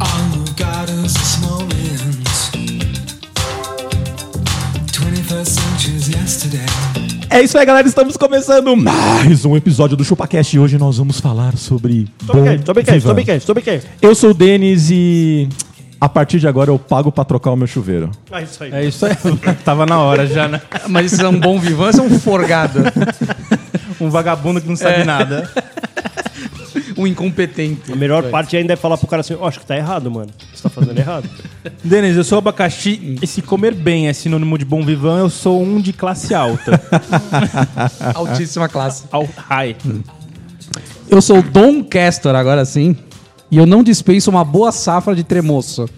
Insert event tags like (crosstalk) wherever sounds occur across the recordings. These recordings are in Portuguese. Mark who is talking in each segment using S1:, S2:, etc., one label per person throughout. S1: All who got us this moment. 21st century's yesterday.
S2: É isso aí, galera. Estamos começando mais um episódio do ChupaCast e hoje nós vamos falar sobre. Bom Vivan.
S3: quente, tô bem quente.
S2: Eu sou o Denis e a partir de agora eu pago pra trocar o meu chuveiro.
S3: É isso aí. (laughs)
S4: É isso aí. Tava na hora já, né? Mas isso é um bom vivan, isso é um forgado. É.
S3: Um vagabundo que não sabe nada.
S4: Um incompetente.
S5: A melhor parte ainda é falar pro cara assim, ó, acho que tá errado, mano. Você tá fazendo errado.
S3: Denis, eu sou abacaxi e se comer bem é sinônimo de bom vivan, eu sou um de classe alta.
S4: (laughs) Altíssima classe.
S3: Al high.
S4: Eu sou Dom Castor, agora sim. E eu não dispenso uma boa safra de tremoço.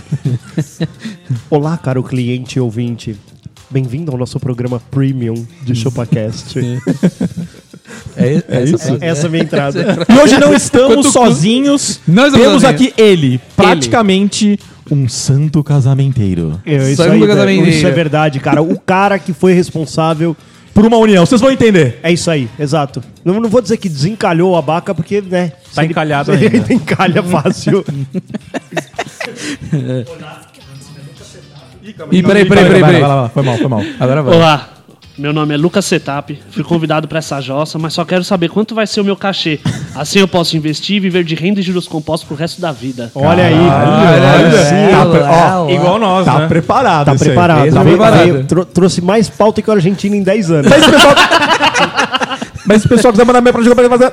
S5: (laughs) Olá, caro cliente e ouvinte. Bem-vindo ao nosso programa Premium de Chopacast.
S4: É,
S2: isso?
S4: frase.
S5: Essa é a minha entrada.
S2: E hoje não estamos sozinhos.
S4: Não estamos
S2: Temos
S4: sozinhos.
S2: aqui ele, praticamente um santo casamenteiro.
S5: (laughs) É isso,
S4: Sangue
S5: aí,
S4: do
S5: velho.
S4: Casamenteiro.
S5: isso é verdade, cara. O cara que foi responsável.
S2: Por uma união, vocês vão entender.
S5: É isso aí, exato. Não, não vou dizer que desencalhou a baca, porque, né?
S3: Tá encalhado
S5: (laughs) ele
S3: ainda.
S5: encalha fácil.
S4: Ih, peraí, peraí,
S2: Vai
S4: peraí,
S2: lá, vai
S4: peraí.
S2: lá, vai lá. Foi mal, foi mal.
S4: Agora vai.
S6: Olá, meu nome é Lucas Setap, fui convidado para essa jossa, mas só quero saber quanto vai ser o meu cachê. Assim eu posso investir e viver de renda e juros compostos pro resto da vida.
S5: Olha aí.
S2: Tá pre- ó,
S3: Igual nós,
S2: Tá
S3: né?
S2: preparado,
S5: é Tá
S2: esse aí.
S5: preparado.
S4: Tá
S5: Veio-
S4: preparado.
S5: veio- tro- trouxe mais pauta que a Argentina em 10 anos.
S2: Mas se o pessoal. Mas se o pessoal quiser mandar minha pra jogar pra fazer.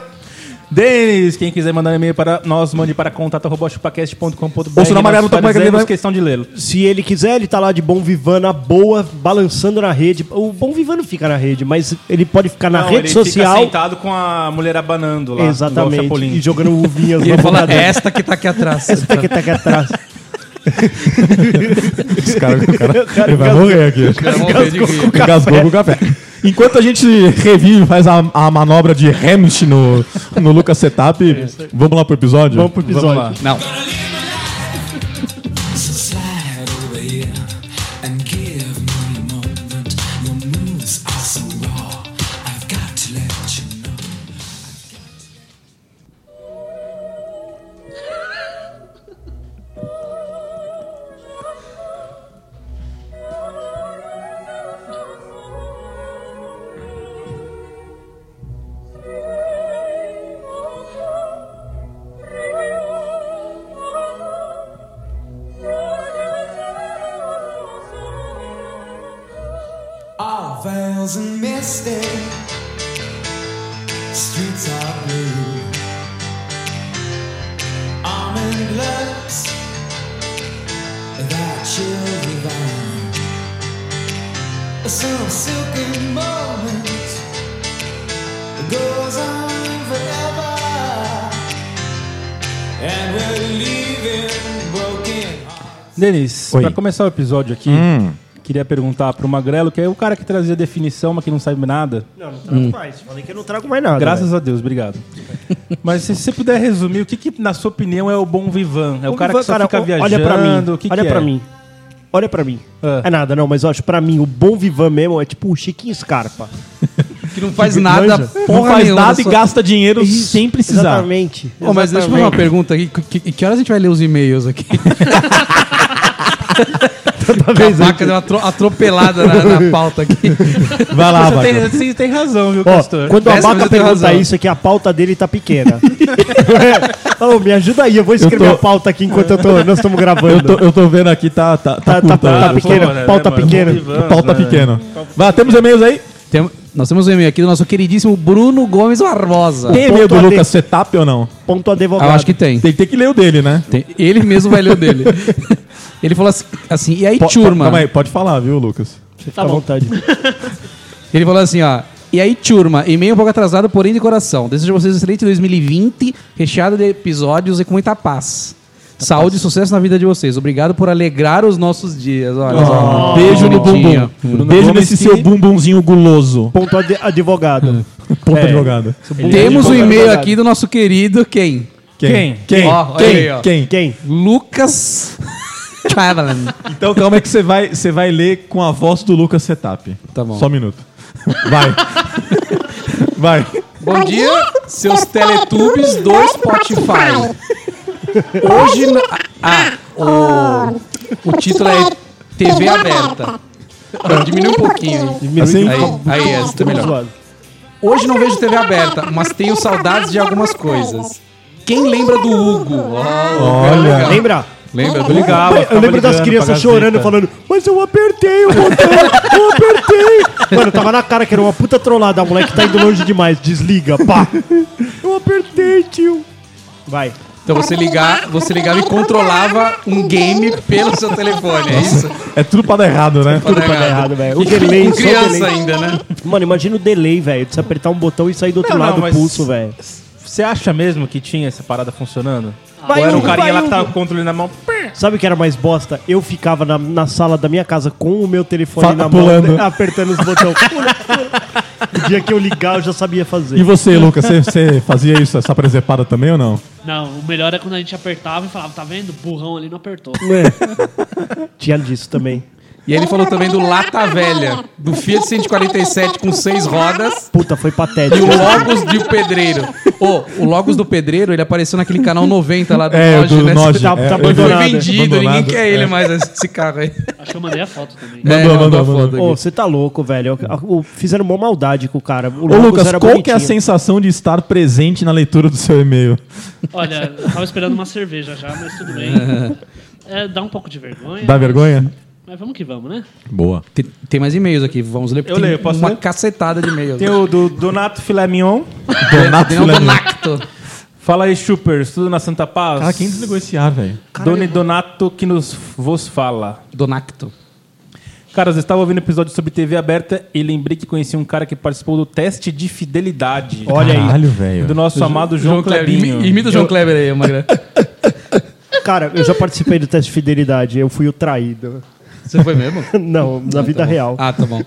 S3: Denis, quem quiser mandar e-mail para nós, mande para contato.chupacast.com.br.
S2: Ou senão, Mariano, tá com uma
S3: fazemos
S2: cadeira-
S3: questão de lê-lo.
S5: Se ele quiser, ele tá lá de bom vivan na boa, balançando na rede. O bom vivan não fica na rede, mas ele pode ficar na
S3: Não,
S5: rede
S3: fica
S5: social.
S3: sentado com a mulher abanando lá. igual o
S5: exatamente.
S3: Chapolin.
S5: E jogando
S3: (laughs)
S5: uvinhas
S4: E
S5: na
S4: ele
S5: boca
S4: fala,
S5: dele.
S4: esta que tá aqui atrás.
S5: Essa que tá aqui atrás.
S2: Esse cara, o cara,
S3: (laughs)
S2: ele vai morrer aqui. O cara (laughs) engasgou com o café. Enquanto a gente revive, faz a, a manobra de Hamish no, no Lucas Setup, vamos lá pro episódio?
S5: Vamos pro episódio.
S4: Não.
S1: Slide over here and give me a moment. Your moves are so raw. I've got to let you know. All veils and misty. Streets are blue. Almond looks that chill divine. Some silken moment goes on forever. And we're leaving broken.
S3: Denis,
S2: Oi.
S3: pra começar o episódio aqui,
S5: Hum.
S3: queria perguntar pro Magrelo, que é o cara que trazia definição, mas que não sabe nada.
S5: (laughs) Não, não trago mais. Falei que eu não trago mais nada.
S3: Hum. Graças a Deus, obrigado. Mas se você puder resumir, o que, que, na sua opinião, é o bom vivan? É o cara que só fica viajando?
S5: Olha pra mim.
S3: O que
S5: olha
S3: que
S5: pra
S3: é?
S5: mim. Olha pra mim.
S3: Ah.
S5: É nada, não, mas eu acho pra mim o bom vivan mesmo é tipo o Chiquinho Scarpa.
S4: Que não faz nada,
S2: Não
S4: porra
S2: faz
S4: nenhuma
S2: nada
S4: da
S2: e
S4: sua-
S2: gasta tá dinheiro
S5: Isso,
S2: sem precisar.
S5: Exatamente.
S4: Ô, mas deixa eu fazer uma
S5: exatamente.
S4: pergunta aqui. Que, que- que horas a gente vai ler os
S2: (laughs)
S4: e-mails aqui? a
S5: Talvez
S2: então.
S4: vaca deu uma atro- atropelada na, na
S2: (laughs)
S4: pauta aqui.
S2: Vai lá,
S3: Você tem,
S2: Ah, vai.
S3: você tem razão, viu,
S5: Ó,
S3: Castor?
S5: quando a
S4: Dessa vez
S5: Baca
S4: eu tenho
S5: pergunta
S4: razão.
S5: isso, é que a pauta dele tá
S3: (laughs)
S5: pequena. Ô, me ajuda aí, eu vou escrever
S2: Eu tô-
S5: a pauta aqui enquanto eu tô- nós estamos gravando.
S2: Eu tô, eu tô vendo aqui, tá, tá, tá,
S5: Tá- tá-
S2: curto,
S5: tá
S2: né?
S5: pequeno, pauta
S3: mano?
S5: pequena.
S3: Bom vivan,
S2: O pau tá
S3: né?
S2: pequeno. Vai, temos e-mails aí?
S4: Tem- nós temos um e-mail aqui do nosso queridíssimo Bruno Gomes Barbosa.
S2: Tem e-mail do
S5: ponto
S2: Lucas Setup ou não?
S5: Ponto advogado.
S4: Ah, eu acho
S3: Tá
S4: que tem.
S2: Tem que ter que ler o dele, né?
S4: Tem- Ele mesmo vai ler o dele. (laughs) Ele falou assim, assim, e aí,
S2: Po- po-
S4: turma?
S2: Calma aí, pode falar, viu, Lucas?
S3: Tá
S5: Fica à vontade.
S4: Ele falou assim, ó. E aí, turma, e-mail um pouco atrasado, porém de coração. Desejo a vocês um excelente 2020, recheado de episódios e com muita paz. Saúde e sucesso na vida de vocês. Obrigado por alegrar os nossos dias. Olha,
S5: Oh,
S4: só. Um
S2: Beijo no
S4: Bonitinho.
S2: bumbum.
S4: Hum.
S2: Beijo
S3: Gomes
S2: nesse
S3: que-
S2: seu bumbumzinho guloso.
S5: Ponto ad-
S4: Hum,
S5: advogado.
S2: Ponta advogada.
S4: Temos um
S5: Ele é
S4: e-mail
S5: advogado.
S4: aqui do nosso querido quem?
S3: Quem?
S2: Quem?
S4: Ó, olha aí, ó.
S2: Quem? Quem?
S5: Quem? (laughs)
S4: Lucas Travelan.
S2: Então calma é que você vai, você vai ler com a voz do Lucas Setup.
S4: Tá bom.
S2: Só um minuto. Vai. vai.
S4: Bom dia, seus Teletubbies do Spotify. Hoje. na- Ah, o, o título é TV aberta. Não, Diminui um pouquinho.
S2: Assim?
S4: Aí, aí essa tá melhor.
S5: Zoado.
S4: Hoje não vejo TV aberta, mas tenho saudades de algumas coisas. Quem lembra do Hugo? Ó,
S2: Olha.
S5: Lembra?
S4: lembra do
S3: Eu
S4: Hugo?
S3: ligava,
S5: Eu
S3: ficava
S5: lembro das
S3: ligando
S5: crianças
S3: pra
S5: chorando,
S3: Gazeta.
S5: falando, mas eu apertei o botão, eu apertei. Mano, tava na cara que era uma puta trollada, a moleque tá indo longe demais, desliga, pá. Eu apertei, tio. Vai.
S4: Então você, ligar, você ligava e controlava um game pelo seu telefone, é isso?
S2: É tudo pra dar errado, né?
S4: Tudo
S5: Tá errado, velho. O delay,
S4: Com
S5: só o
S4: criança
S5: delay.
S4: ainda, né?
S5: Mano, imagina o delay, velho, de você apertar um botão e sair do outro
S3: Não, não,
S5: lado do
S3: mas-
S5: pulso, velho.
S3: Você acha mesmo que tinha essa parada funcionando?
S5: Vai,
S3: Ou era um
S5: Hugo, vai,
S3: carinha lá que
S5: Hugo.
S3: tava com o controle na mão.
S5: Sabe o que era mais bosta? Eu ficava na, na sala da minha casa com o meu telefone
S2: Fa-
S5: na
S2: pulando.
S5: mão, né, apertando os botões. (laughs) o dia que eu ligar, eu já sabia fazer.
S2: E você, Lucas, você, você fazia isso, essa presepada também ou não?
S6: Não, o melhor é quando a gente apertava e falava, tá vendo? Burrão ali não apertou.
S5: Tinha disso também.
S4: E ele falou também do Lata Velha, do Fiat 147 com seis rodas
S5: Puta, foi
S4: e o
S5: patético.
S4: Logos de Pedreiro. Ô, o Logos do Pedreiro, ele apareceu naquele canal 90 lá do
S2: É,
S4: Lodge,
S2: do
S4: né?
S2: Lodge,
S4: Tá-
S5: é,
S4: tá
S5: é,
S4: abandonado.
S2: abandonado,
S4: foi vendido, ninguém
S2: abandonado,
S4: quer ele
S2: é.
S4: mais, esse carro aí.
S6: Acho que eu mandei a foto também.
S2: (laughs)
S4: É,
S2: Mandou,
S4: mandou
S2: mandou,
S4: a
S2: mandou.
S4: foto aqui.
S5: Ô, você tá louco, velho. O- o- Fizeram uma maldade com o cara. O
S2: Ô,
S5: Logos
S2: Lucas,
S5: era
S2: qual que é a
S5: bonitinho.
S2: sensação de estar presente na leitura do seu e-mail?
S6: Olha, eu tava esperando uma cerveja já, mas tudo bem. É, dá um pouco de vergonha.
S2: Dá vergonha?
S6: Mas vamos que vamos, né?
S2: Boa.
S4: Tem, tem mais e-mails aqui, vamos ler. porque
S3: Eu
S4: tem
S3: leio, posso
S4: Uma
S3: ler?
S4: cacetada de e-mails.
S2: um
S3: Tem o do Donato Filé Mignon.
S2: Donato
S4: Tem o do
S2: Filani.
S4: Lacto.
S3: Fala aí, Choopers, tudo na Santa Paz?
S2: Cara, quem desligou esse ar, velho?
S3: Dona e Donato que nos vos fala.
S4: Donacto.
S3: Caras, eu estava ouvindo um episódio sobre TV aberta e lembrei que conheci um cara que participou do teste de fidelidade.
S5: Olha aí.
S2: Caralho, velho.
S3: Do nosso amado João,
S4: João Kleber.
S3: Clebinho.
S4: Imi- Imita o João Kleber
S2: (laughs)
S4: aí, Magrã.
S5: Cara, eu já participei do teste de fidelidade. Eu fui o traído. (laughs)
S4: Você foi mesmo?
S5: Não, na
S2: Então,
S5: vida real.
S4: Ah, tá bom.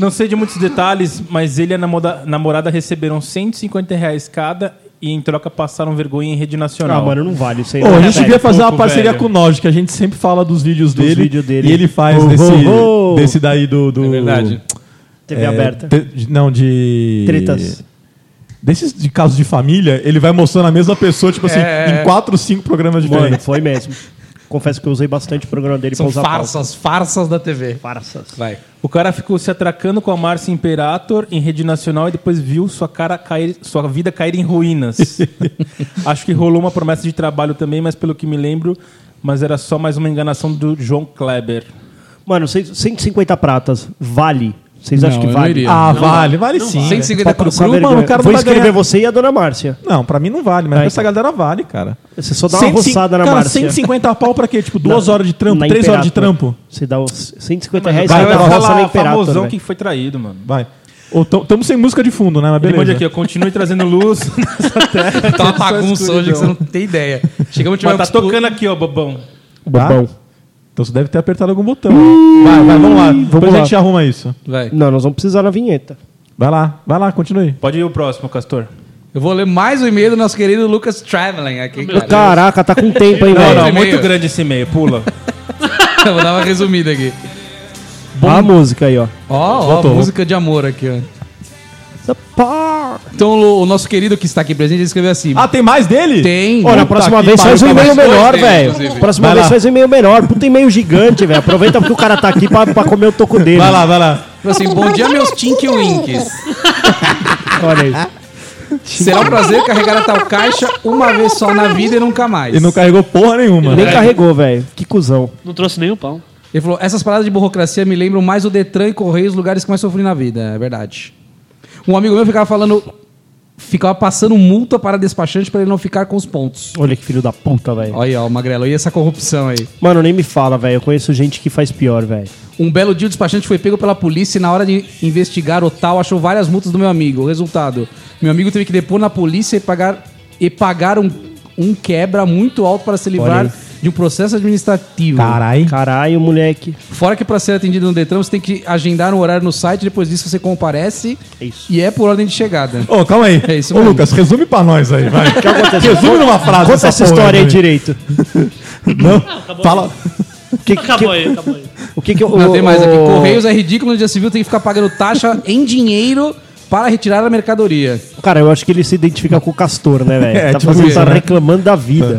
S3: Não sei de muitos detalhes, mas ele e a namoda- namorada receberam 150 reais cada e em troca passaram vergonha em rede
S5: Ah,
S3: nacional.
S5: mano, não vale isso aí.
S2: Ô,
S5: não, É
S2: a gente
S5: velho.
S2: devia fazer uma
S3: pouco,
S2: parceria
S3: velho.
S2: com o Nod, que a gente sempre fala dos vídeos
S5: Dos
S2: dele,
S5: vídeos dele.
S2: E ele faz
S5: Ho, ho,
S2: desse,
S5: ho.
S2: desse daí do. do
S4: verdade.
S5: TV
S2: é,
S5: aberta.
S2: te- de- não, de.
S5: Tretas.
S2: Desses de casos de família, ele vai mostrando a mesma pessoa, tipo assim,
S4: É.
S2: em quatro, cinco programas
S5: Mano,
S2: diferentes.
S5: foi mesmo. Confesso que eu usei bastante o programa dele
S4: São
S5: pra usar pauta.
S4: farsas, farsas da TV.
S5: Farsas.
S4: Vai.
S3: O cara ficou se atracando com a Márcia Imperator em rede nacional e depois viu sua, cara cair, sua vida cair em
S2: (laughs)
S3: ruínas. Acho que rolou uma promessa de trabalho também, mas pelo que me lembro, mas era só mais uma enganação do João Kleber.
S5: Mano, cês- 150 pratas. Vale. Vocês acham que
S4: eu
S5: vale?
S4: não iria.
S2: Ah, vale, vale sim.
S4: 150
S2: Pra-
S4: pro
S2: pra-
S4: cru,
S2: mano,
S5: Vergonha.
S2: o cara
S5: Vou
S2: não vai
S5: escrever
S2: ganhar-
S5: você e a dona Márcia.
S2: Não, pra mim não vale, mas
S5: Ah,
S2: pra essa galera vale, cara.
S5: Você só dá uma
S2: 150
S5: roçada na
S2: cara,
S5: Márcia.
S2: 150 pau pra quê? Tipo,
S5: Na-
S2: duas horas de trampo,
S5: na
S2: três horas de
S5: Imperator.
S2: trampo?
S5: Você dá os 150 reais
S2: Vai,
S5: você
S2: vai
S5: dá
S3: Vai
S5: uma
S2: falar,
S5: roça na
S3: falar
S5: Imperator,
S3: famosão
S5: velho.
S3: que foi traído, mano.
S2: Vai. Ou estamos sem música de fundo, né? Mas
S3: Ele
S2: beleza.
S3: manda aqui, ó, continue trazendo (laughs) luz.
S4: Tá uma bagunça
S3: escuridão.
S4: hoje que você não tem ideia. Chegamos
S3: então. Mas tá tocando aqui, ó, bobão.
S5: Bobão.
S2: Então você deve ter apertado algum botão. Vai, vai, vamos lá. Depois
S5: lá.
S2: a gente arruma isso.
S4: Vai.
S5: Não, nós vamos precisar na vinheta.
S2: Vai lá, vai lá, continue.
S3: Pode ir o próximo, Castor.
S4: Eu vou ler mais um e-mail do nosso querido Lucas Traveling aqui. cara.
S5: Caraca, tá com tempo, hein,
S3: Não,
S5: velho?
S3: não,
S4: e-mail.
S3: muito grande esse e-mail, pula.
S4: (laughs) Eu vou dar uma resumida aqui.
S5: Olha a música aí, ó.
S4: Ó, ó, música de amor aqui, ó. Então o, o nosso querido que está aqui presente ele escreveu assim.
S2: Ah, tem mais dele?
S4: Tem.
S5: Ó, na
S2: Puta
S5: próxima
S2: que
S5: vez
S2: pariu,
S5: faz um
S2: tá
S5: e-mail
S4: mais
S5: melhor,
S4: dois deles,
S5: velho.
S4: inclusive.
S5: Próxima
S2: Vai
S5: vez
S2: lá.
S5: faz um e-mail menor. Puta e-mail gigante, velho. Aproveita porque o cara tá aqui pra, pra comer o toco dele.
S2: Vai lá, vai lá.
S4: Falou assim, bom dia meus Tinky Winks.
S5: Olha aí.
S4: Será um prazer carregar a tal caixa uma vez só na vida e nunca mais.
S2: Ele não carregou porra nenhuma.
S5: Nem carregou, velho. Que cuzão.
S6: Não trouxe nenhum pão.
S4: Ele falou, essas paradas de burocracia me lembram mais o Detran e Correios, lugares que mais sofri na vida. É verdade. Um amigo meu ficava falando ficava passando multa para despachante para ele não ficar com os pontos.
S5: Olha que filho da puta, velho.
S4: Olha aí, ó, o Magrelo, e essa corrupção aí.
S5: Mano, nem me fala, velho. Eu conheço gente que faz pior, velho.
S4: Um belo dia o despachante foi pego pela polícia e na hora de investigar o tal achou várias multas do meu amigo. O resultado, meu amigo teve que depor na polícia e pagar, e pagar um, um quebra muito alto para se livrar de um processo administrativo.
S2: Carai.
S5: Caralho, moleque.
S4: Fora que para ser atendido no Detran você tem que agendar um horário no site, depois disso você comparece
S5: É isso.
S4: e é por ordem de chegada.
S2: Ô, calma aí.
S4: É isso
S2: Ô,
S4: mesmo.
S2: Lucas, resume pra nós aí, vai.
S5: O que aconteceu?
S2: Resume numa frase
S5: Conta essa
S2: porra
S5: história aí
S2: pra mim.
S5: direito.
S2: Não, fala...
S5: Que,
S6: Acabou
S5: que,
S6: aí, acabou aí.
S5: o que que o,
S4: Não tem mais aqui.
S5: o-
S4: Correios é ridículo no dia civil, tem que ficar pagando
S5: (laughs)
S4: taxa em dinheiro para retirar a mercadoria.
S5: Cara, eu acho que ele se identifica com o Castor, né, velho?
S2: É,
S5: tá
S2: tipo
S5: fazendo-
S2: isso,
S5: tá
S2: né?
S5: reclamando da vida.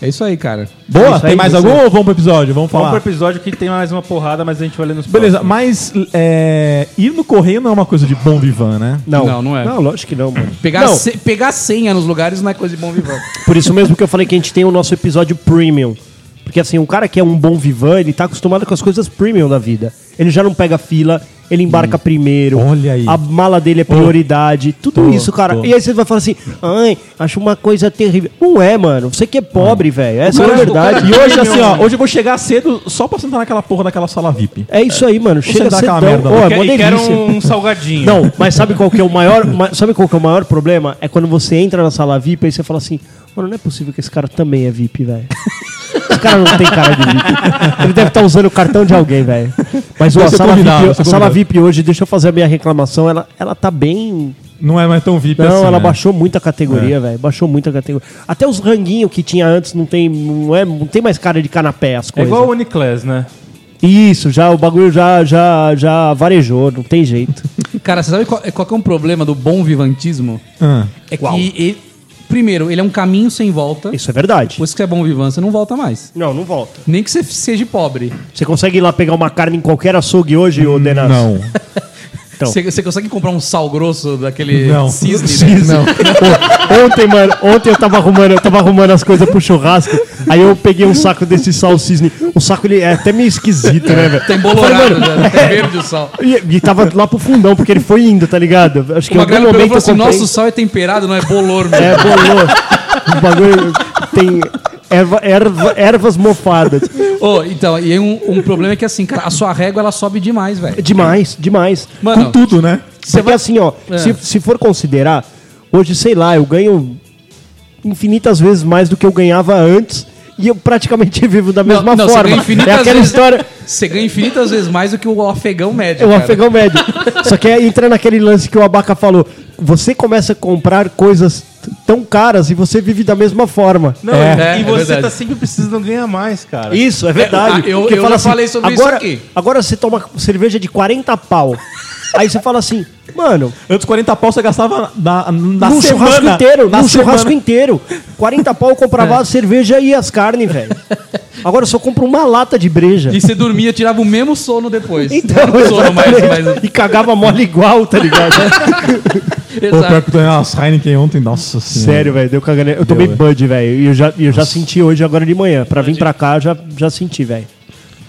S4: É isso aí, cara.
S2: Boa,
S5: isso aí,
S2: tem mais
S5: isso
S2: algum ou vamos pro episódio? Vamos falar.
S3: Vamos pro episódio que tem mais uma porrada, mas a gente vai ler nos
S2: Beleza,
S3: próximos.
S2: mas é, ir no correio não é uma coisa de bom vivan, né?
S5: Não.
S4: Não, não é.
S5: Não, lógico que não, mano.
S4: Pegar,
S5: Não,
S4: ce- pegar senha nos lugares não é coisa de bom
S5: (laughs)
S4: vivão.
S5: Por isso mesmo que eu falei que a gente tem o nosso episódio premium. Porque assim, um cara que é um bom vivan, ele tá acostumado com as coisas premium da vida. Ele já não pega fila, ele embarca primeiro.
S2: Hum. Olha aí.
S5: A mala dele é prioridade. tudo isso, cara.
S2: tô.
S5: E aí você vai falar assim, ai, acho uma coisa terrível. Não é, mano. Você que é pobre, velho. Essa é a
S4: cara-
S5: verdade.
S4: o
S2: E hoje,
S4: Premium,
S2: assim, ó,
S4: mano.
S2: hoje eu vou chegar cedo só pra sentar naquela porra daquela sala VIP.
S5: É isso aí, mano. Chega
S2: dá
S5: cedão.
S2: aquela merda lá.
S5: Ó, é
S3: Que-
S5: uma
S3: e quero
S5: delícia.
S3: um, um salgadinho.
S5: Não, mas sabe qual que é o maior, ma- sabe qual que é o maior problema? É quando você entra na sala VIP e você fala assim: "Mano, não é possível que esse cara também é VIP, velho". (laughs) Esse cara não tem cara de VIP. Ele deve estar usando o cartão de alguém, velho. Mas ó,
S2: Vai
S5: a
S2: ser
S5: sala, VIP,
S2: convidado, vai ser
S5: a sala
S2: convidado.
S5: VIP hoje, deixa eu fazer a minha reclamação, ela ela tá bem
S2: Não é mais tão VIP assim.
S5: não, ela
S2: né?
S5: baixou muito a categoria, velho. Baixou muito a categoria. Até os ranguinhos que tinha antes não tem, não é, não tem mais cara de canapé as
S3: É
S5: coisas.
S3: igual o Uniclass, né?
S5: Isso, já o bagulho já já já varejou, não tem jeito.
S4: Cara, você sabe qual, qual que é um problema do bom vivantismo?
S2: Ah.
S4: É que, ele- primeiro, ele é um caminho sem volta.
S5: Isso é verdade.
S4: Depois que você é bom vivan, você não volta mais.
S5: Não, não volta.
S4: Nem que você seja pobre.
S5: Você consegue ir lá pegar uma carne em qualquer açougue hoje, ô Denas?
S2: Não.
S5: Então.
S4: Você, você consegue comprar um sal grosso daquele
S2: Não.
S4: cisne?
S5: (laughs)
S4: né?
S2: Não.
S5: O- Ontem, mano, ontem eu tava arrumando, eu tava arrumando as coisas pro churrasco. Aí eu peguei um saco desse sal cisne. O saco ele é até meio esquisito, né, velho?
S4: Tem
S5: Eu
S4: bolorado,
S5: falei, mano, é.
S4: já, tem verde o sal.
S5: E, e tava lá pro fundão, porque ele foi indo, tá ligado? Acho que
S4: O
S5: em algum
S4: Magrelo pegou
S5: momento
S4: e falou
S5: eu
S4: assim,
S5: comprei-
S4: nosso sal é temperado, não é bolor, meu.
S5: É, bolou. O bagulho tem erva- erva- ervas mofadas.
S4: Ô, então, e aí um, um problema é que assim, cara, a sua régua ela sobe demais, velho.
S5: Demais, demais.
S4: Mano,
S2: Com tudo, né?
S5: Porque assim, ó,
S4: É.
S5: se, se for considerar, hoje, sei lá, eu ganho infinitas vezes mais do que eu ganhava antes e eu praticamente (laughs) vivo da mesma
S4: não, você
S5: forma.
S4: ganha infinitas
S5: é aquela
S4: vezes-
S5: história.
S4: você ganha infinitas vezes mais do que o afegão médio.
S5: É um
S4: cara.
S5: afegão médio. Só que aí entra naquele lance que o Abaca falou. Você começa a comprar coisas t- tão caras e você vive da mesma forma.
S3: Não,
S4: É,
S3: e
S4: é
S3: você
S4: verdade.
S3: tá sempre precisando ganhar mais, cara.
S5: Isso, é verdade.
S4: ah, eu-
S5: Porque
S4: eu
S5: fala
S4: já falei sobre isso
S5: assim, agora,
S4: aqui."
S5: Agora você toma cerveja de 40 pau. aí você fala assim, mano,
S2: Antes 40 pau você gastava na, na semana.
S5: num churrasco inteiro,
S2: na semana.
S5: num churrasco inteiro. 40 pau eu comprava
S4: (laughs) É.
S5: a cerveja e as carnes, velho. Agora eu só compro uma lata de breja.
S4: E você dormia, tirava o mesmo sono depois.
S5: Então,
S4: Não era sono, mas,
S5: exatamente. E cagava mole igual, tá
S4: (laughs)
S5: ligado?
S2: Pô, pior
S4: exato.
S2: que eu tomei umas Heineken ontem, nossa senhora.
S5: Sério, velho, deu cagando. Eu tomei
S4: é.
S2: Deu,
S5: Bud, velho, e eu já, e eu já senti hoje, agora de manhã. Pra vir pra cá, eu já, já senti, velho.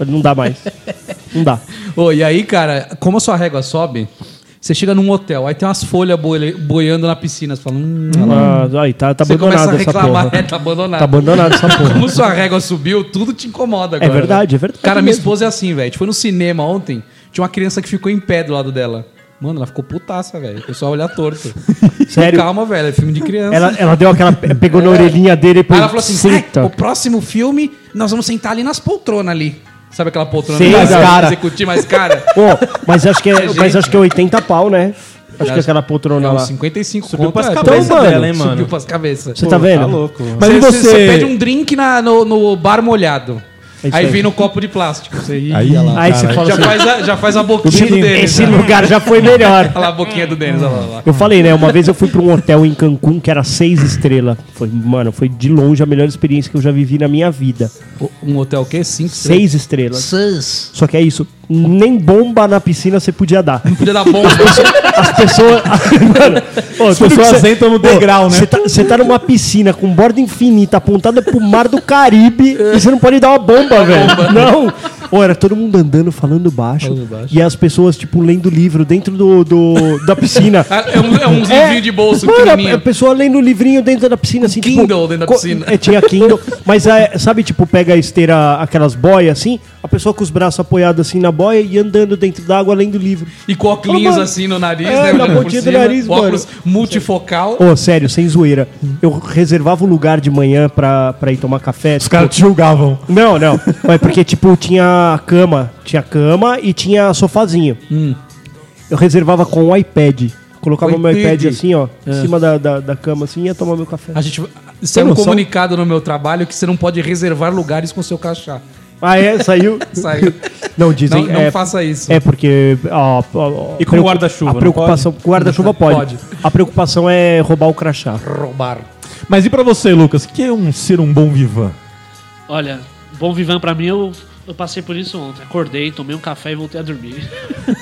S5: Não dá mais. Não dá.
S4: Ô, e aí, cara, como a sua régua sobe, você chega num hotel, aí tem umas folhas boi- boiando na piscina, você fala, hum, olha lá.
S5: Ah, aí, tá, tá
S4: você começa
S5: abandonado
S4: a
S5: essa
S4: reclamar,
S5: porra.
S4: (laughs) é, tá abandonado.
S5: Tá abandonado
S4: (laughs)
S5: essa porra.
S4: Como sua régua subiu, tudo te incomoda
S5: É
S4: agora.
S5: verdade, é verdade.
S4: Cara, minha
S5: mesmo.
S4: esposa é assim, velho. A gente foi no cinema ontem, tinha uma criança que ficou em pé do lado dela. Mano, ela ficou putaça, velho. O pessoal olhar torto.
S5: (laughs) Sério?
S4: Calma, velho. É filme de criança.
S5: Ela, ela deu aquela. pegou na orelhinha dele e
S4: É. Aí ela falou assim: "Ai,
S5: "Senta."
S4: o próximo filme, nós vamos sentar ali nas poltronas ali. Sabe aquela poltrona
S5: Sim,
S4: mais
S5: cara.
S4: cara. executir mais cara?
S5: Pô, mas acho que é,
S4: Gente.
S5: mas acho que é 80 pau, né? (laughs) Acho
S4: Não,
S5: que é aquela poltrona
S4: Não,
S5: lá.
S4: 55
S3: Subiu
S4: conto,
S3: pras
S4: é,
S3: cabeças
S5: então, mano,
S3: dela, hein,
S4: Subiu
S3: mano.
S4: pras cabeças.
S5: Você tá vendo?
S3: Tá louco.
S2: Mas e você...
S4: Você pede um drink na- no, no bar molhado.
S5: É isso
S4: aí
S5: aí.
S4: vem no copo de plástico. Você ia-
S2: Aí, olha lá,
S5: Aí
S2: cara.
S5: você fala
S4: já,
S5: assim,
S4: faz a, já faz a boquinha do
S2: Esse-
S4: Denis.
S5: esse
S4: né?
S5: lugar já foi melhor.
S4: Olha lá a boquinha do Denis, olha lá. olha lá.
S5: Eu falei, né? Uma vez eu fui pra um hotel em Cancún que era seis estrelas. Foi, mano, foi de longe a melhor experiência que eu já vivi na minha vida.
S4: Um hotel o quê? Cinco?
S5: Seis estrelas.
S4: Seis.
S5: Só que é isso. Nem bomba na piscina você podia dar.
S4: Podia dar bomba.
S5: As pessoas. (laughs) mano, ô, as
S2: pessoas sentam no degrau, né?
S5: Você tá, você tá numa piscina com borda infinita apontada pro mar do Caribe e você não pode dar uma bomba, velho. Não! Ou era todo mundo andando, falando baixo,
S7: Falando baixo.
S5: E as pessoas, tipo, lendo livro dentro do, do- da piscina.
S7: Ah, É um, é (laughs) um livrinho de bolso,
S5: Mano, é a-
S7: pequenininho.
S5: a pessoa lendo o livrinho dentro da piscina, assim,
S7: Kindle
S5: tipo,
S7: dentro da
S5: co-
S7: piscina.
S5: É, tinha Kindle, mas é, sabe, tipo, pega a esteira, aquelas boias, assim, a pessoa com os braços apoiados, assim, na boia e andando dentro d'água lendo livro.
S7: E com óculos
S5: Mano,
S7: assim no nariz,
S5: é,
S7: né?
S5: na
S7: olhando por
S5: pontinha do
S7: cima,
S5: nariz, mano.
S7: Óculos multifocal.
S5: Ô, sério, sem zoeira. Eu reservava o lugar de manhã pra, pra ir tomar café. tipo,
S2: Os caras te julgavam.
S5: Não, não. Mas porque, tipo, tinha cama. Tinha cama e tinha sofazinho. Eu reservava com o iPad. Colocava
S7: Hum. O
S5: meu iPad
S7: iPad. É.
S5: assim, ó, em cima da, da, da cama, assim, e ia tomar meu café.
S7: A gente saiu um comunicado no meu trabalho que você não pode reservar lugares com seu cachá.
S5: Ah, é? Saiu?
S7: (laughs)
S5: (laughs)
S7: Saiu.
S5: Não, dizem.
S7: Não- não
S5: é,
S7: faça isso.
S5: É porque. ó, ó, ó,
S3: E com
S5: preocu-
S3: guarda-chuva,
S5: A
S3: não
S5: preocupação. com Guarda-chuva pode.
S7: Pode.
S5: A preocupação é roubar
S7: (laughs)
S5: o crachá. (laughs)
S7: Roubar.
S2: Mas e pra você, Lucas? O que é um ser um bom vivan?
S6: Olha, bom vivan pra mim, eu, eu passei por isso ontem. Acordei, tomei um café e voltei a dormir.